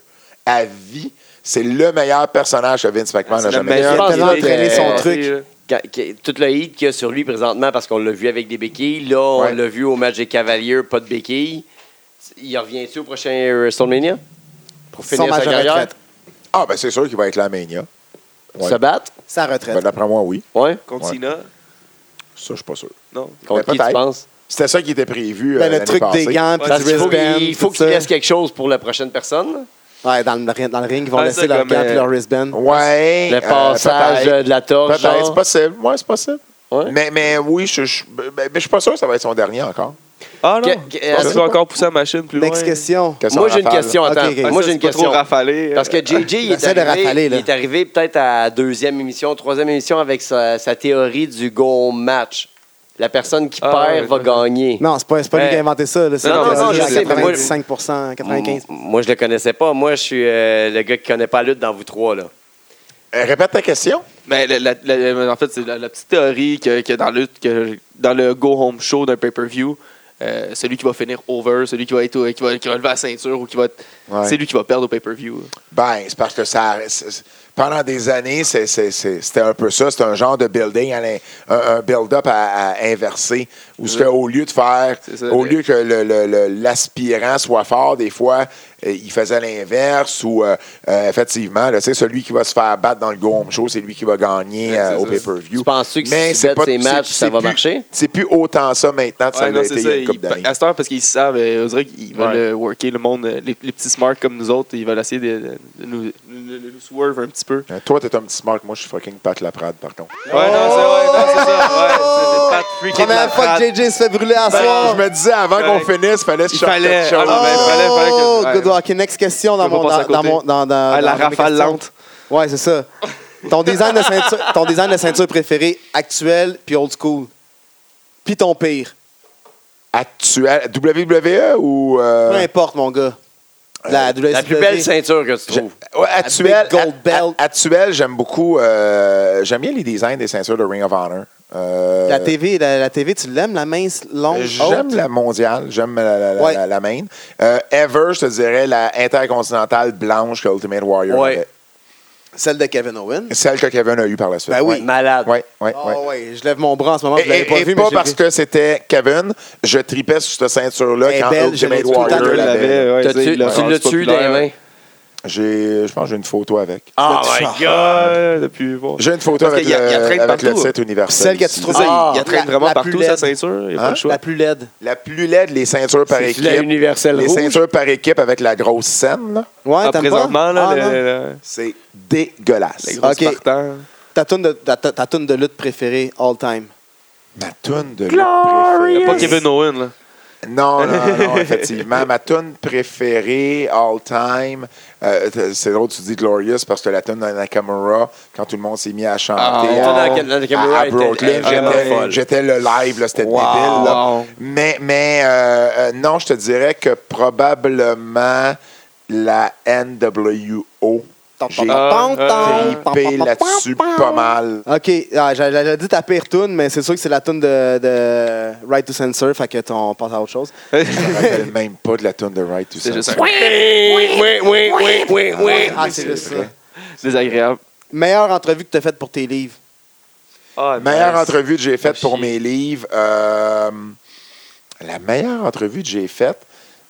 Speaker 2: À vie, c'est le meilleur personnage que Vince McMahon
Speaker 4: C'est
Speaker 2: n'a
Speaker 4: le
Speaker 2: jamais
Speaker 4: meilleur
Speaker 2: fait.
Speaker 1: Il a tellement
Speaker 4: idée.
Speaker 1: entraîné son
Speaker 4: Euh,
Speaker 3: truc.
Speaker 4: là.
Speaker 1: Quand- qui- tout le hit qu'il y a sur lui présentement, parce qu'on l'a vu avec des béquilles. Là, on
Speaker 2: Ouais.
Speaker 1: l'a vu au match des Cavaliers, pas de béquilles. Il revient-tu au prochain WrestleMania? Pour
Speaker 3: Son
Speaker 1: finir sa
Speaker 3: match à
Speaker 1: carrière?
Speaker 3: retraite.
Speaker 2: Ah, ben c'est sûr qu'il va être la Mania. Ouais.
Speaker 1: Se battre?
Speaker 3: Sa retraite.
Speaker 2: Ben, D'après moi, oui.
Speaker 1: Ouais.
Speaker 4: Contre
Speaker 2: Ouais.
Speaker 4: Cena?
Speaker 2: Ça, je suis pas sûr.
Speaker 4: Non.
Speaker 1: Contre qui tu
Speaker 2: peut-être.
Speaker 1: penses?
Speaker 2: C'était ça qui était prévu.
Speaker 3: Ben,
Speaker 2: euh,
Speaker 3: le
Speaker 2: l'année
Speaker 3: truc
Speaker 2: passée.
Speaker 3: des gants, puis
Speaker 4: Ouais,
Speaker 1: Parce
Speaker 3: du
Speaker 1: qu'il faut
Speaker 3: wristband.
Speaker 1: qu'il- il faut
Speaker 3: tout
Speaker 1: qu'il
Speaker 3: ça.
Speaker 1: laisse quelque chose pour la prochaine personne.
Speaker 3: Ouais, dans le, dans le ring, ils vont
Speaker 4: Ah,
Speaker 3: laisser
Speaker 4: ça,
Speaker 3: leur
Speaker 4: comme,
Speaker 3: gant et
Speaker 4: euh,
Speaker 3: leur wristband.
Speaker 2: Ouais.
Speaker 1: Le
Speaker 2: euh,
Speaker 1: passage
Speaker 2: peut-être.
Speaker 1: euh, de la torche.
Speaker 2: Peut-être, c'est
Speaker 1: genre.
Speaker 2: possible. Ouais, c'est possible.
Speaker 1: Ouais.
Speaker 2: Mais, mais oui, je, je, ben, ben, je suis pas sûr que ça va être son dernier encore.
Speaker 4: Ah non!
Speaker 1: Que- que-
Speaker 4: Est-ce qu'il va encore pousser la machine plus loin?
Speaker 3: Next question.
Speaker 2: Que ça
Speaker 1: Moi, j'ai une
Speaker 2: rafale.
Speaker 1: question.
Speaker 3: Ok,
Speaker 1: Attends,
Speaker 3: ok.
Speaker 4: Ah,
Speaker 1: moi,
Speaker 4: ça,
Speaker 1: j'ai
Speaker 4: c'est
Speaker 1: une
Speaker 4: pas
Speaker 1: question.
Speaker 4: Trop rafalé, euh.
Speaker 1: Parce que JJ, il est
Speaker 3: Essaie de
Speaker 1: arrivé,
Speaker 3: rafaler,
Speaker 1: il
Speaker 3: là.
Speaker 1: est arrivé peut-être à la deuxième émission, troisième émission avec sa, sa théorie du go match. La personne qui
Speaker 4: Ah,
Speaker 1: perd
Speaker 4: ouais,
Speaker 1: va
Speaker 4: ouais.
Speaker 1: gagner.
Speaker 3: Non, c'est pas, c'est pas lui
Speaker 1: Ouais.
Speaker 3: qui a inventé ça. là. C'est
Speaker 4: Non,
Speaker 3: la
Speaker 4: non,
Speaker 3: théorie
Speaker 4: non, je
Speaker 3: à
Speaker 4: sais, mais moi- Mmh.
Speaker 3: 95%, 95%.
Speaker 1: M- Moi, je le connaissais pas. Moi, je suis euh, le gars qui connaît pas la lutte dans vous trois. Là.
Speaker 2: Euh, répète ta question.
Speaker 4: Mais Ben, la- la- la- en fait, c'est la, la petite théorie que, que dans, le, que dans le Go Home Show d'un pay-per-view, euh, celui qui va finir over, celui qui va, être, au- qui va, qui va lever la ceinture ou qui va. être-
Speaker 2: Ouais.
Speaker 4: C'est lui qui va perdre au pay-per-view.
Speaker 2: Ben, c'est parce que ça. c'est- c'est- Pendant des années, c'est- c'est- c'est- c'était un peu ça. C'était un genre de building, à l'in- un, un build-up à, à inverser. Où ce que, au lieu de faire,
Speaker 4: C'est ça,
Speaker 2: au
Speaker 4: le-
Speaker 2: lieu que le- le- le- l'aspirant soit fort, des fois, euh, il faisait l'inverse. Ou euh, euh, effectivement, là, tu sais, celui qui va se faire battre dans le go home show, c'est lui qui va gagner
Speaker 4: Ouais,
Speaker 2: euh,
Speaker 4: c'est
Speaker 2: au
Speaker 4: ça.
Speaker 2: pay-per-view.
Speaker 1: Tu penses-tu que si
Speaker 2: Mais
Speaker 1: tu
Speaker 2: c'est
Speaker 1: bêtes
Speaker 2: pas-
Speaker 1: ces
Speaker 2: c'est-
Speaker 1: matchs, ça
Speaker 2: c'est
Speaker 1: va
Speaker 2: plus-
Speaker 1: marcher?
Speaker 2: C'est plus autant ça maintenant que ça
Speaker 4: Ouais,
Speaker 2: l'a
Speaker 4: non,
Speaker 2: été
Speaker 4: c'est
Speaker 2: il y a
Speaker 4: ça.
Speaker 2: une couple
Speaker 4: Ils-
Speaker 2: d'années.
Speaker 4: à cette heure, parce qu'ils savent, euh, on dirait qu'ils veulent
Speaker 1: Ouais.
Speaker 4: euh, worker le monde, euh, les, les petits smarts comme nous autres, ils veulent essayer de, de nous, de- de nous swerve un petit peu.
Speaker 2: Euh, Toi, t'es un petit smart. Moi, je suis fucking Pat Laprade, par contre.
Speaker 4: Ouais, non, c'est ouais, non, c'est ça. Ouais, c'est-
Speaker 2: Oh!
Speaker 4: c'est Pat Freakin'
Speaker 3: Première fois
Speaker 4: Laprade.
Speaker 3: que JJ se fait brûler à
Speaker 2: Ah,
Speaker 3: soir.
Speaker 2: je me disais, avant qu'on
Speaker 4: Correct.
Speaker 2: finisse, fallait se
Speaker 4: Il
Speaker 2: choper
Speaker 4: fallait.
Speaker 2: de choses.
Speaker 4: Ah, Ben, non, ben, fallait- fallait que-
Speaker 3: Oh,
Speaker 4: ouais.
Speaker 3: good luck. next question dans
Speaker 4: Je peux
Speaker 3: mon.
Speaker 4: pas
Speaker 3: Dans,
Speaker 4: passer à
Speaker 3: dans
Speaker 4: côté.
Speaker 3: mon dans, dans,
Speaker 4: Ah, la
Speaker 3: dans mes
Speaker 4: rafale
Speaker 3: questions.
Speaker 4: lente.
Speaker 3: Ouais, c'est ça. Ton design, de ceinture, ton design de ceinture préféré, actuel puis old school. Puis ton pire.
Speaker 2: Actuel, WWE ou. euh,
Speaker 3: Peu importe, mon gars.
Speaker 4: Euh,
Speaker 3: La,
Speaker 1: La plus belle ceinture que tu
Speaker 2: j'ai-
Speaker 1: trouves.
Speaker 2: ouais, actuel,
Speaker 3: big gold
Speaker 2: a- a-
Speaker 3: belt.
Speaker 2: actuel, j'aime beaucoup. euh, j'aime bien les designs des ceintures de Ring of Honor. Euh,
Speaker 3: La TV, la, la TV, tu l'aimes, la mince, longue,
Speaker 2: J'aime
Speaker 3: haute?
Speaker 2: la mondiale, j'aime la, la, la-
Speaker 3: Ouais.
Speaker 2: la- la main. Euh, Ever, je te dirais la intercontinentale blanche que Ultimate Warrior
Speaker 1: Ouais.
Speaker 2: avait.
Speaker 3: Celle de Kevin Owen.
Speaker 2: Celle que Kevin a eue par la suite.
Speaker 3: Ben oui.
Speaker 1: Malade.
Speaker 2: Ouais, ouais,
Speaker 3: Ah
Speaker 2: ouais.
Speaker 3: ouais, je lève mon bras en ce moment, je
Speaker 2: Et,
Speaker 3: l'avais
Speaker 2: et-
Speaker 3: pas
Speaker 2: et
Speaker 3: vu, mais
Speaker 2: pas
Speaker 3: je l'ai
Speaker 2: parce
Speaker 3: vu.
Speaker 2: que c'était Kevin, je tripais sur cette ceinture-là
Speaker 3: Elle est
Speaker 2: quand
Speaker 3: belle, je l'ai
Speaker 2: Ultimate
Speaker 3: tout le temps
Speaker 2: Warrior
Speaker 3: dans le
Speaker 2: l'avait.
Speaker 4: ouais,
Speaker 1: T'as-tu-
Speaker 4: c'est-
Speaker 1: tu
Speaker 4: il l'a rendu
Speaker 1: l'as tué dans les
Speaker 4: populaire.
Speaker 1: mains.
Speaker 2: J'ai- Je pense que j'ai une photo avec.
Speaker 1: Oh
Speaker 3: L'as-tu-
Speaker 1: my God!
Speaker 4: Ouais, depuis. bon.
Speaker 2: J'ai une photo
Speaker 4: Parce
Speaker 2: avec,
Speaker 4: qu'il y a-
Speaker 2: le,
Speaker 4: il y a traîne
Speaker 2: avec le
Speaker 4: partout.
Speaker 2: titre universel.
Speaker 3: Celle que tu
Speaker 2: ici.
Speaker 3: trouves-
Speaker 4: C'est ça,
Speaker 1: Ah,
Speaker 4: il, il attraîne
Speaker 3: la-
Speaker 4: vraiment
Speaker 3: la
Speaker 4: partout
Speaker 3: plus
Speaker 4: sa
Speaker 3: laide.
Speaker 4: ceinture, il n'y a pas
Speaker 2: Hein?
Speaker 4: le choix.
Speaker 3: La plus laide.
Speaker 2: La plus laide, les ceintures par
Speaker 1: C'est
Speaker 2: équipe.
Speaker 1: la universelle
Speaker 2: Les
Speaker 1: rouge.
Speaker 2: ceintures par équipe avec la grosse scène, là,
Speaker 3: Ouais,
Speaker 4: Ah,
Speaker 3: t'aimes
Speaker 4: présentement,
Speaker 3: pas?
Speaker 4: là,
Speaker 3: Ah,
Speaker 4: le-
Speaker 3: non.
Speaker 4: le-
Speaker 2: c'est dégueulasse.
Speaker 4: les gros
Speaker 3: Ok.
Speaker 4: Spartans.
Speaker 3: Ta toune de, ta, ta- ta toune de lutte préférée all time.
Speaker 2: Ma toune de lutte
Speaker 1: Glorious.
Speaker 4: Pas
Speaker 2: préférée.
Speaker 4: Kevin Owen, là.
Speaker 2: Non, non, non, effectivement. Ma toune préférée all time, euh, t- c'est drôle, tu dis Glorious parce que la toune de Nakamura, quand tout le monde s'est mis à chanter
Speaker 4: Ah,
Speaker 1: La
Speaker 4: ouais.
Speaker 2: à-
Speaker 1: toune de Nak- Nakamura
Speaker 2: à, à
Speaker 1: était-
Speaker 2: Brooklyn,
Speaker 1: était
Speaker 4: vraiment
Speaker 2: j'étais-
Speaker 1: folle.
Speaker 2: j'étais le live, là, c'était
Speaker 4: Wow.
Speaker 2: débile. là.
Speaker 4: Wow.
Speaker 2: Mais, mais euh, euh, non, je te dirais que probablement la NWO. J'ai
Speaker 4: Ah,
Speaker 2: tripé
Speaker 3: Ah.
Speaker 2: là-dessus pas mal.
Speaker 3: OK, ah, j'a- j'a- j'avais dit ta pire toune, mais c'est sûr que c'est la toune de, de Right to Censor, fait que t'en- on passe à autre chose.
Speaker 2: Je me rappelle même pas de la tune de Right to
Speaker 4: C'est juste
Speaker 2: Censor.
Speaker 4: un
Speaker 3: ah, c'est juste ça.
Speaker 2: vrai.
Speaker 4: désagréable.
Speaker 3: Meilleure entrevue que t'as faite pour tes livres.
Speaker 4: Ah,
Speaker 2: Meilleure
Speaker 4: nice.
Speaker 2: entrevue que j'ai faite
Speaker 4: Ah,
Speaker 2: pour
Speaker 4: chier.
Speaker 2: mes livres. euh, la meilleure entrevue que j'ai faite,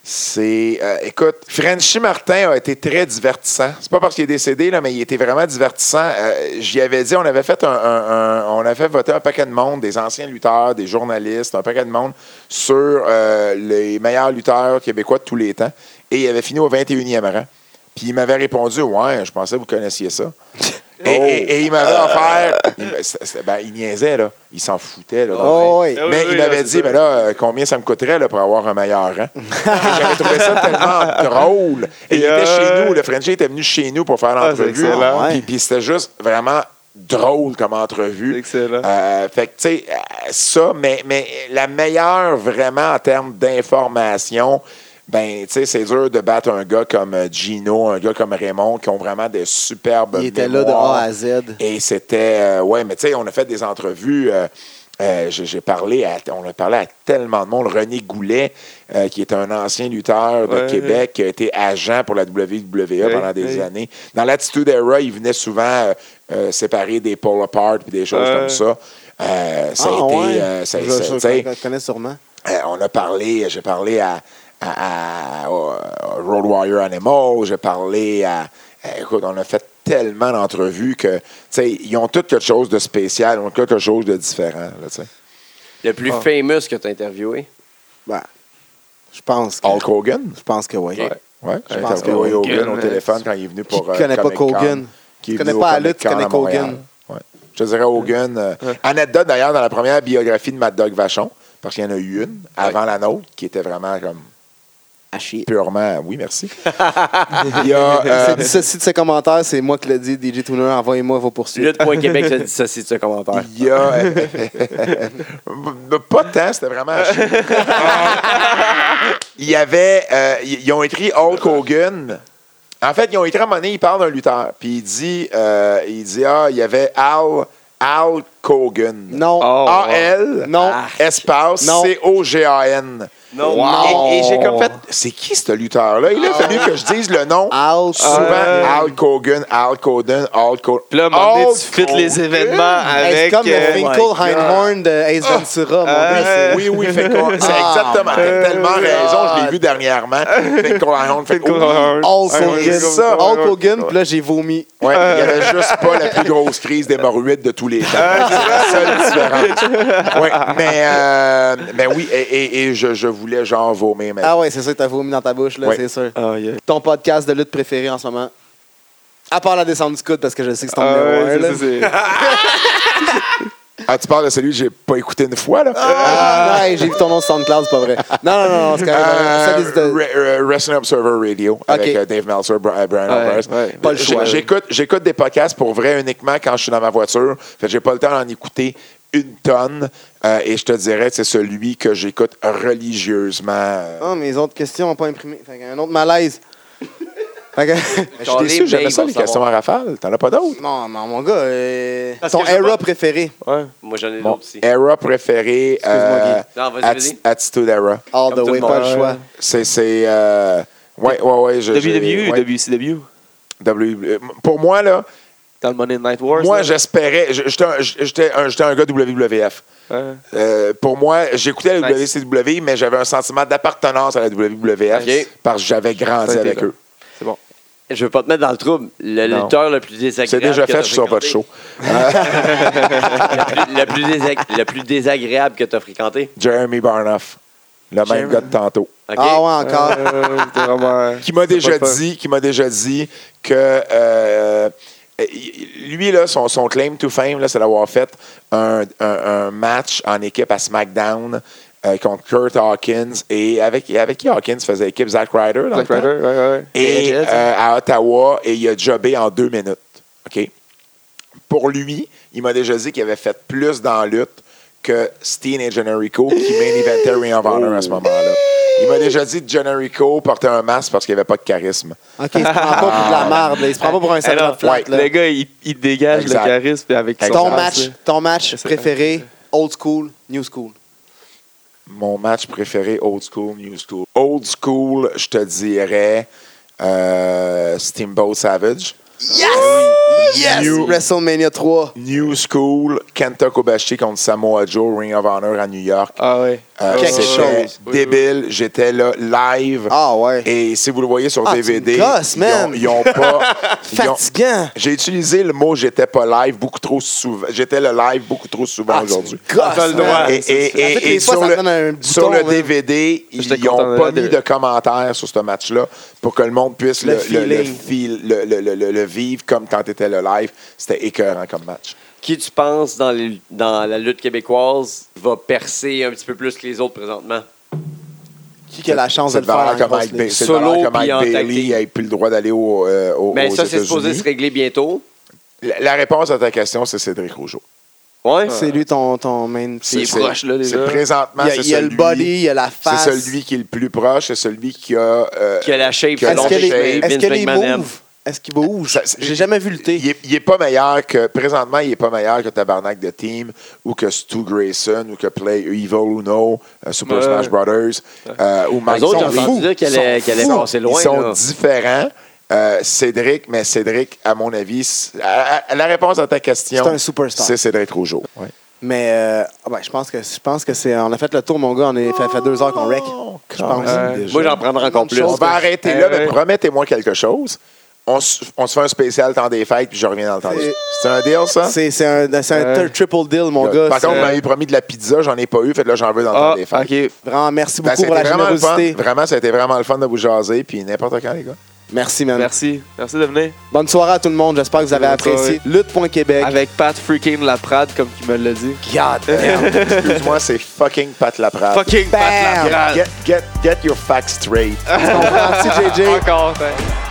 Speaker 2: C'est. euh, écoute, Frenchy Martin a été très divertissant. C'est pas parce qu'il est décédé, là, mais il était vraiment divertissant. Euh, J'y avais dit, on avait fait un, un- un- On avait fait voter un paquet de monde, des anciens lutteurs, des journalistes, un paquet de monde, sur euh, les meilleurs lutteurs québécois de tous les temps. Et il avait fini au 21e rang. Puis il m'avait répondu Ouais, je pensais que vous connaissiez ça. Et,
Speaker 4: Oh.
Speaker 2: et- et il m'avait offert.
Speaker 4: Ah.
Speaker 2: Il, me- c'est- c'est- ben, il niaisait, là. Il s'en foutait, là. dans le
Speaker 3: Oh, oui.
Speaker 4: Ah oui,
Speaker 2: mais
Speaker 4: oui,
Speaker 2: il
Speaker 4: oui,
Speaker 2: m'avait
Speaker 4: c'est
Speaker 2: dit,
Speaker 4: ça.
Speaker 2: mais là, euh, combien ça me coûterait là, pour avoir un meilleur rang? J'avais trouvé ça tellement drôle. Et il
Speaker 4: Yeah.
Speaker 2: était chez nous, le Frenchie était venu chez nous pour faire
Speaker 4: Ah,
Speaker 2: l'entrevue.
Speaker 4: c'est excellent.
Speaker 2: Puis-
Speaker 3: Ouais.
Speaker 2: Puis c'était juste vraiment drôle comme entrevue.
Speaker 4: C'est excellent.
Speaker 2: Euh, fait que, tu sais, euh, ça, mais, mais la meilleure vraiment en termes d'information, ben, tu sais, c'est dur de battre un gars comme euh, Gino, un gars comme Raymond, qui ont vraiment des superbes
Speaker 3: Il était là de
Speaker 2: mémoires.
Speaker 3: A à Z.
Speaker 2: Et c'était. euh, ouais, mais tu sais, on a fait des entrevues. euh, euh, j'ai j'ai parlé à, on a parlé à tellement de monde. René Goulet, euh, qui est un ancien lutteur de
Speaker 4: Ouais.
Speaker 2: Québec, qui a été agent pour la WWE pendant des
Speaker 4: hey.
Speaker 2: années. Dans l'attitude era, il venait souvent euh, euh, séparer des pull apart et des choses
Speaker 4: Ouais.
Speaker 2: comme ça. Euh, ça a
Speaker 3: Ah,
Speaker 2: été.
Speaker 3: ouais.
Speaker 2: euh, ça-
Speaker 3: Je-
Speaker 2: ça-
Speaker 3: je-
Speaker 2: tu sais,
Speaker 3: je connais sûrement.
Speaker 2: euh, on a parlé, j'ai parlé à, à- à- au- au Road Warrior Animal, j'ai parlé à. euh, Écoute, on a fait tellement d'entrevues que, tu sais, ils ont toutes quelque chose de spécial, ils ont quelque chose de différent, là, tu sais.
Speaker 1: Le plus
Speaker 4: Ah.
Speaker 1: famous que tu as interviewé.
Speaker 3: Ben, je pense que.
Speaker 2: Hulk Hogan?
Speaker 3: Je pense que oui.
Speaker 1: Ok.
Speaker 2: Ouais, j'ai
Speaker 3: pense
Speaker 2: interviewé Hogan,
Speaker 4: que Hogan,
Speaker 2: au
Speaker 4: euh,
Speaker 2: téléphone quand il est venu pour. euh,
Speaker 3: qui connaît pas
Speaker 2: Comic-Con,
Speaker 3: Hogan?
Speaker 2: qui est
Speaker 3: Tu connais
Speaker 2: venu au
Speaker 3: pas la lutte, tu
Speaker 2: Comic-Con
Speaker 3: connais
Speaker 2: à Montréal.
Speaker 3: Hogan.
Speaker 2: Ouais. Je te dirais Hogan. euh,
Speaker 4: Ouais.
Speaker 2: Anecdote d'ailleurs dans la première biographie de Mad Dog Vachon, parce qu'il y en a eu une avant la nôtre qui était vraiment comme
Speaker 1: À chier.
Speaker 2: purement. Oui, merci. il y a. euh,
Speaker 3: C'est- Ceci de ses commentaires, c'est moi qui l'ai dit, DJ Tuner, envoyez-moi vos poursuites.
Speaker 1: Lutte.Québec se dissocie de ce commentaire.
Speaker 2: Il y a. pas de temps, c'était vraiment à chier. Euh, Il y avait. euh, ils ils ont écrit Hulk Hogan. En fait, ils ont écrit à un moment donné, il parle d'un lutteur. Puis il dit. euh, il dit, ah, il y avait Al. Al Hogan.
Speaker 3: Non.
Speaker 2: Ah.
Speaker 4: Oh,
Speaker 2: A-L.
Speaker 3: Non.
Speaker 2: Espace.
Speaker 3: Non.
Speaker 2: C-O-G-A-N.
Speaker 1: Non.
Speaker 3: Non.
Speaker 2: Et, et j'ai comme fait. C'est qui ce lutteur-là? Il a fallu que je dise le nom.
Speaker 3: Ouch.
Speaker 2: Souvent,
Speaker 4: Euh.
Speaker 2: Al Hogan, Al Coden, Al Coden.
Speaker 4: Puis là, à un moment donné, tu fites les événements
Speaker 3: Hey,
Speaker 4: avec.
Speaker 3: c'est comme
Speaker 4: euh,
Speaker 3: le Finkel Hindhorn de Ace Ventura, mon
Speaker 4: Ah.
Speaker 3: gars.
Speaker 4: Euh,
Speaker 2: Oui, oui, fait qu'on- C'est
Speaker 3: Ah,
Speaker 2: exactement.
Speaker 3: my
Speaker 2: T'as tellement
Speaker 3: God.
Speaker 2: raison, je l'ai vu dernièrement. Fait qu'on a honte, fait
Speaker 4: Finkel
Speaker 2: qu'on-
Speaker 4: Hindhorn.
Speaker 3: Hulk
Speaker 2: Ouais, ouais,
Speaker 3: Hogan.
Speaker 2: c'est ça.
Speaker 3: Hulk Hogan, puis là, j'ai vomi.
Speaker 2: Ouais, il n'y avait juste pas la plus grosse crise d'hémorroïdes de tous les temps. Ah, C'est la seule différence. Ouais, mais, euh, mais oui, et, et- et je, je voulais genre vomir. Mais...
Speaker 3: Ah ouais, c'est sûr que t'as vomi dans ta bouche, là,
Speaker 2: Ouais.
Speaker 3: c'est sûr.
Speaker 4: Ah, yeah.
Speaker 3: Ton podcast de lutte préféré en ce moment? À part la descente du coude, parce que je sais que c'est ton
Speaker 4: Ah,
Speaker 3: numéro un,
Speaker 4: ouais,
Speaker 3: là.
Speaker 4: c'est- c'est-
Speaker 2: Ah, tu parles de celui que j'ai pas écouté une fois, là?
Speaker 3: Ah, ouais, j'ai vu ton nom sur SoundCloud, c'est pas vrai. Non, non, non, non c'est quand même. ça,
Speaker 2: Euh,
Speaker 3: c'est de-
Speaker 2: Re- euh, Wrestling Observer Radio avec euh, Dave Meltzer, Bri- euh, Brian
Speaker 4: Ouais,
Speaker 2: Alvarez.
Speaker 4: ouais.
Speaker 3: Pas le choix.
Speaker 2: J'ai- J'écoute, j'écoute des podcasts pour vrai uniquement quand je suis dans ma voiture. Fait que j'ai pas le temps d'en écouter une tonne. Euh, et je te dirais que c'est celui que j'écoute religieusement. Euh,
Speaker 3: Ah, mes autres questions n'ont pas imprimé. Fait qu'un autre malaise. Fait que-
Speaker 2: Je suis déçu, j'aimais ça, les questions à rafale. T'en as pas d'autres?
Speaker 3: non, non, mon gars. euh,
Speaker 1: Parce
Speaker 3: Ton
Speaker 1: que j'ai
Speaker 3: era
Speaker 1: pas-
Speaker 3: préféré.
Speaker 4: ouais.
Speaker 1: Moi, j'en ai
Speaker 2: Mon
Speaker 1: d'autres aussi.
Speaker 2: era préféré, euh,
Speaker 1: Non, vas-y,
Speaker 2: Atti-
Speaker 1: vas-y.
Speaker 2: Attitude Era.
Speaker 3: All
Speaker 1: Comme
Speaker 3: the
Speaker 1: tout
Speaker 3: way,
Speaker 1: le
Speaker 3: pas
Speaker 1: monde.
Speaker 3: le choix.
Speaker 2: C'est. c'est euh, ouais, ouais, ouais. je- j'ai-
Speaker 4: WWE
Speaker 2: ouais,
Speaker 4: WCW?
Speaker 2: W- Euh, Pour moi, là,
Speaker 4: Dans le Monday Night Wars?
Speaker 2: Moi,
Speaker 4: là.
Speaker 2: j'espérais. j- J'étais un, j- j'étais un- j'étais un gars WWF.
Speaker 4: Ouais.
Speaker 2: Euh, pour moi, j'écoutais la
Speaker 4: Nice.
Speaker 2: WCW, mais j'avais un sentiment d'appartenance à la WWF
Speaker 1: Ok.
Speaker 2: parce que j'avais grandi
Speaker 4: Ça a été
Speaker 2: avec
Speaker 4: là.
Speaker 2: eux.
Speaker 4: C'est bon.
Speaker 1: Je veux pas te mettre dans le trouble. Le
Speaker 2: Non.
Speaker 1: lutteur le plus
Speaker 2: C'est
Speaker 1: désagréable.
Speaker 2: déjà
Speaker 1: que
Speaker 2: fait,
Speaker 1: t'as
Speaker 2: je suis sur votre
Speaker 1: fréquenté.
Speaker 2: show.
Speaker 1: Le plus, désag- le plus désagréable que tu as fréquenté.
Speaker 2: Jeremy Barnoff, le même
Speaker 4: Jeremy.
Speaker 2: gars de tantôt.
Speaker 1: OK?
Speaker 3: Ah ouais, encore.
Speaker 4: Euh, c'était vraiment...
Speaker 2: Qui m'a
Speaker 4: C'est
Speaker 2: déjà
Speaker 4: pas le fun.
Speaker 2: dit, qui m'a déjà dit que euh, lui, là, son, son claim to fame, là, c'est d'avoir fait un, un- un match en équipe à SmackDown euh, contre Kurt Hawkins. Et avec, avec qui Hawkins faisait équipe? Zack Ryder, dans le
Speaker 4: Black
Speaker 2: temps?
Speaker 4: Rider, ouais, ouais, ouais.
Speaker 2: et
Speaker 4: Edge,
Speaker 2: euh, à Ottawa et il a jobé en deux minutes. OK? Pour lui, il m'a déjà dit qu'il avait fait plus dans la lutte que Steen et Generico qui main eventait Ring of Honor à ce moment-là. Il m'a déjà dit que Generico portait un masque parce qu'il avait pas de charisme.
Speaker 3: Ok, il se prend pas pour de la merde, là. Il se prend pas pour un
Speaker 4: Eh non,
Speaker 3: salon flat,
Speaker 2: ouais,
Speaker 3: là.
Speaker 4: Le gars, il, il dégage
Speaker 2: Exact.
Speaker 4: le charisme puis avec
Speaker 2: Exact.
Speaker 3: Ton
Speaker 4: son
Speaker 3: match, ton match préféré, old school, new school.
Speaker 2: Mon match préféré, old school, new school. Old school, je te dirais euh, Steamboat Savage.
Speaker 3: Yes! Yes!
Speaker 2: New-
Speaker 3: WrestleMania 3.
Speaker 2: New School, Kenta Kobashi contre Samoa Joe, Ring of Honor à New York.
Speaker 4: Ah ouais.
Speaker 2: Euh,
Speaker 3: Quelque
Speaker 2: c'était
Speaker 4: chose.
Speaker 2: débile. J'étais là live.
Speaker 3: Ah ouais.
Speaker 2: Et si vous le voyez sur
Speaker 3: Ah, tu
Speaker 2: DVD,
Speaker 3: me gosses,
Speaker 2: ils ont-
Speaker 3: man.
Speaker 2: ils ont pas. ils ont-
Speaker 3: Fatigant.
Speaker 2: J'ai utilisé le mot j'étais pas live beaucoup trop souvent. J'étais le live beaucoup trop souvent
Speaker 3: Ah,
Speaker 2: aujourd'hui.
Speaker 3: tu me gosses,
Speaker 1: T'as le
Speaker 3: man.
Speaker 1: droit.
Speaker 2: Et,
Speaker 1: c'est-
Speaker 2: et-
Speaker 3: c'est-
Speaker 2: et-
Speaker 3: en fait,
Speaker 2: et
Speaker 3: des fois,
Speaker 2: sur,
Speaker 3: ça
Speaker 2: le,
Speaker 3: donne un bouton,
Speaker 2: sur le
Speaker 3: hein.
Speaker 2: DVD,
Speaker 4: J'étais
Speaker 2: ils n'ont
Speaker 4: content
Speaker 2: pas
Speaker 4: de-
Speaker 2: mis de commentaires sur ce match-là pour que le monde puisse le,
Speaker 3: Le
Speaker 2: le- le
Speaker 3: feeling.
Speaker 2: feel- le- le- le- le- le vivre comme quand tu étais le live. C'était écœurant comme match.
Speaker 1: Qui tu penses dans, les- dans la lutte québécoise va percer un petit peu plus que les autres présentement?
Speaker 3: Qui a la chance de
Speaker 2: C'est
Speaker 3: le
Speaker 2: de
Speaker 3: faire
Speaker 2: valeur
Speaker 3: en
Speaker 2: que
Speaker 3: grosse
Speaker 2: Mike,
Speaker 3: ligue?
Speaker 2: Ba- c'est de
Speaker 1: Solo,
Speaker 2: valeur que
Speaker 1: puis
Speaker 2: Mike
Speaker 1: en
Speaker 2: Bailey
Speaker 1: tactique.
Speaker 2: n'ait plus le droit d'aller au, euh, au-
Speaker 1: Mais
Speaker 2: aux
Speaker 1: Ben, ça, c'est supposé
Speaker 2: États-Unis.
Speaker 1: se régler bientôt.
Speaker 2: La, la réponse à ta question, c'est Cédric Rougeau.
Speaker 1: Ouais.
Speaker 3: C'est lui ton, ton main.
Speaker 4: C'est proche, là, déjà.
Speaker 2: C'est présentement,
Speaker 3: Il y a,
Speaker 2: c'est
Speaker 3: il y a le
Speaker 2: celui-
Speaker 3: body, il y a la
Speaker 2: C'est
Speaker 3: face.
Speaker 2: celui qui est le plus proche, c'est celui qui a. euh,
Speaker 1: Qui a la shape
Speaker 2: Est-ce
Speaker 1: selon
Speaker 3: Est-ce que les,
Speaker 2: Vince
Speaker 1: Vince
Speaker 3: est-ce que les
Speaker 1: McMahon aime.
Speaker 3: moves, est-ce qu'ils bougent?
Speaker 2: Ça, c'est-
Speaker 3: J'ai jamais vu le thé.
Speaker 2: il, est, il est pas meilleur que. Présentement, il est pas meilleur que Tabarnak de Team ou que Stu Grayson ou que Play Evil Uno, euh, Super
Speaker 4: Ouais.
Speaker 2: Smash Brothers euh, ou Mike
Speaker 1: Les autres,
Speaker 2: Zombie.
Speaker 1: j'ai entendu dire qu'elle allait, qu'elle allait
Speaker 2: Ils sont-
Speaker 1: passer loin.
Speaker 2: Ils sont
Speaker 1: là.
Speaker 2: différents. Euh, Cédric, mais Cédric, à mon avis, c- à- à- à la réponse à ta question,
Speaker 3: C'est un superstar.
Speaker 2: c'est Cédric Rougeau.
Speaker 3: Mais euh, ah ben, je pense que je pense que c'est. On a fait le tour, mon gars. On est, ça fait deux heures qu'on wreck.
Speaker 2: Oh,
Speaker 3: Je pense.
Speaker 4: ouais.
Speaker 3: déjà.
Speaker 1: Moi, j'en prendrai encore plus.
Speaker 2: On va arrêter
Speaker 4: Eh
Speaker 2: là,
Speaker 4: ouais.
Speaker 2: mais promettez-moi quelque chose. On, se- on se fait un spécial temps des fêtes, puis je reviens dans le temps. des-
Speaker 3: C'est-
Speaker 2: C'est un deal, ça?
Speaker 3: C'est c'est un, c'est un
Speaker 4: Ouais.
Speaker 3: tri- triple deal, mon gars.
Speaker 2: Par
Speaker 3: C'est-
Speaker 2: contre, on m'avait promis de la pizza, j'en ai pas eu, fait que là, j'en veux dans le
Speaker 4: Ah,
Speaker 2: temps des fêtes.
Speaker 4: ok.
Speaker 3: Vraiment, merci
Speaker 2: Ben,
Speaker 3: beaucoup pour
Speaker 2: c'était
Speaker 3: la
Speaker 2: vraiment le fun.
Speaker 3: générosité.
Speaker 2: Vraiment, ça a été vraiment le fun de vous jaser, puis n'importe quand, les gars.
Speaker 3: Merci, man.
Speaker 4: Merci. Merci de venir.
Speaker 3: Bonne soirée à tout le monde. J'espère que vous avez
Speaker 4: Bonne soirée.
Speaker 3: apprécié. Lutte.Québec.
Speaker 4: Avec Pat freaking Laprade, comme tu me l'as dit.
Speaker 3: God damn.
Speaker 2: Excuse-moi, c'est fucking Pat Laprade.
Speaker 4: Fucking
Speaker 3: Bam!
Speaker 4: Pat Laprade.
Speaker 2: Get, get, get your facts straight.
Speaker 3: Merci, JJ.
Speaker 4: Encore, hein.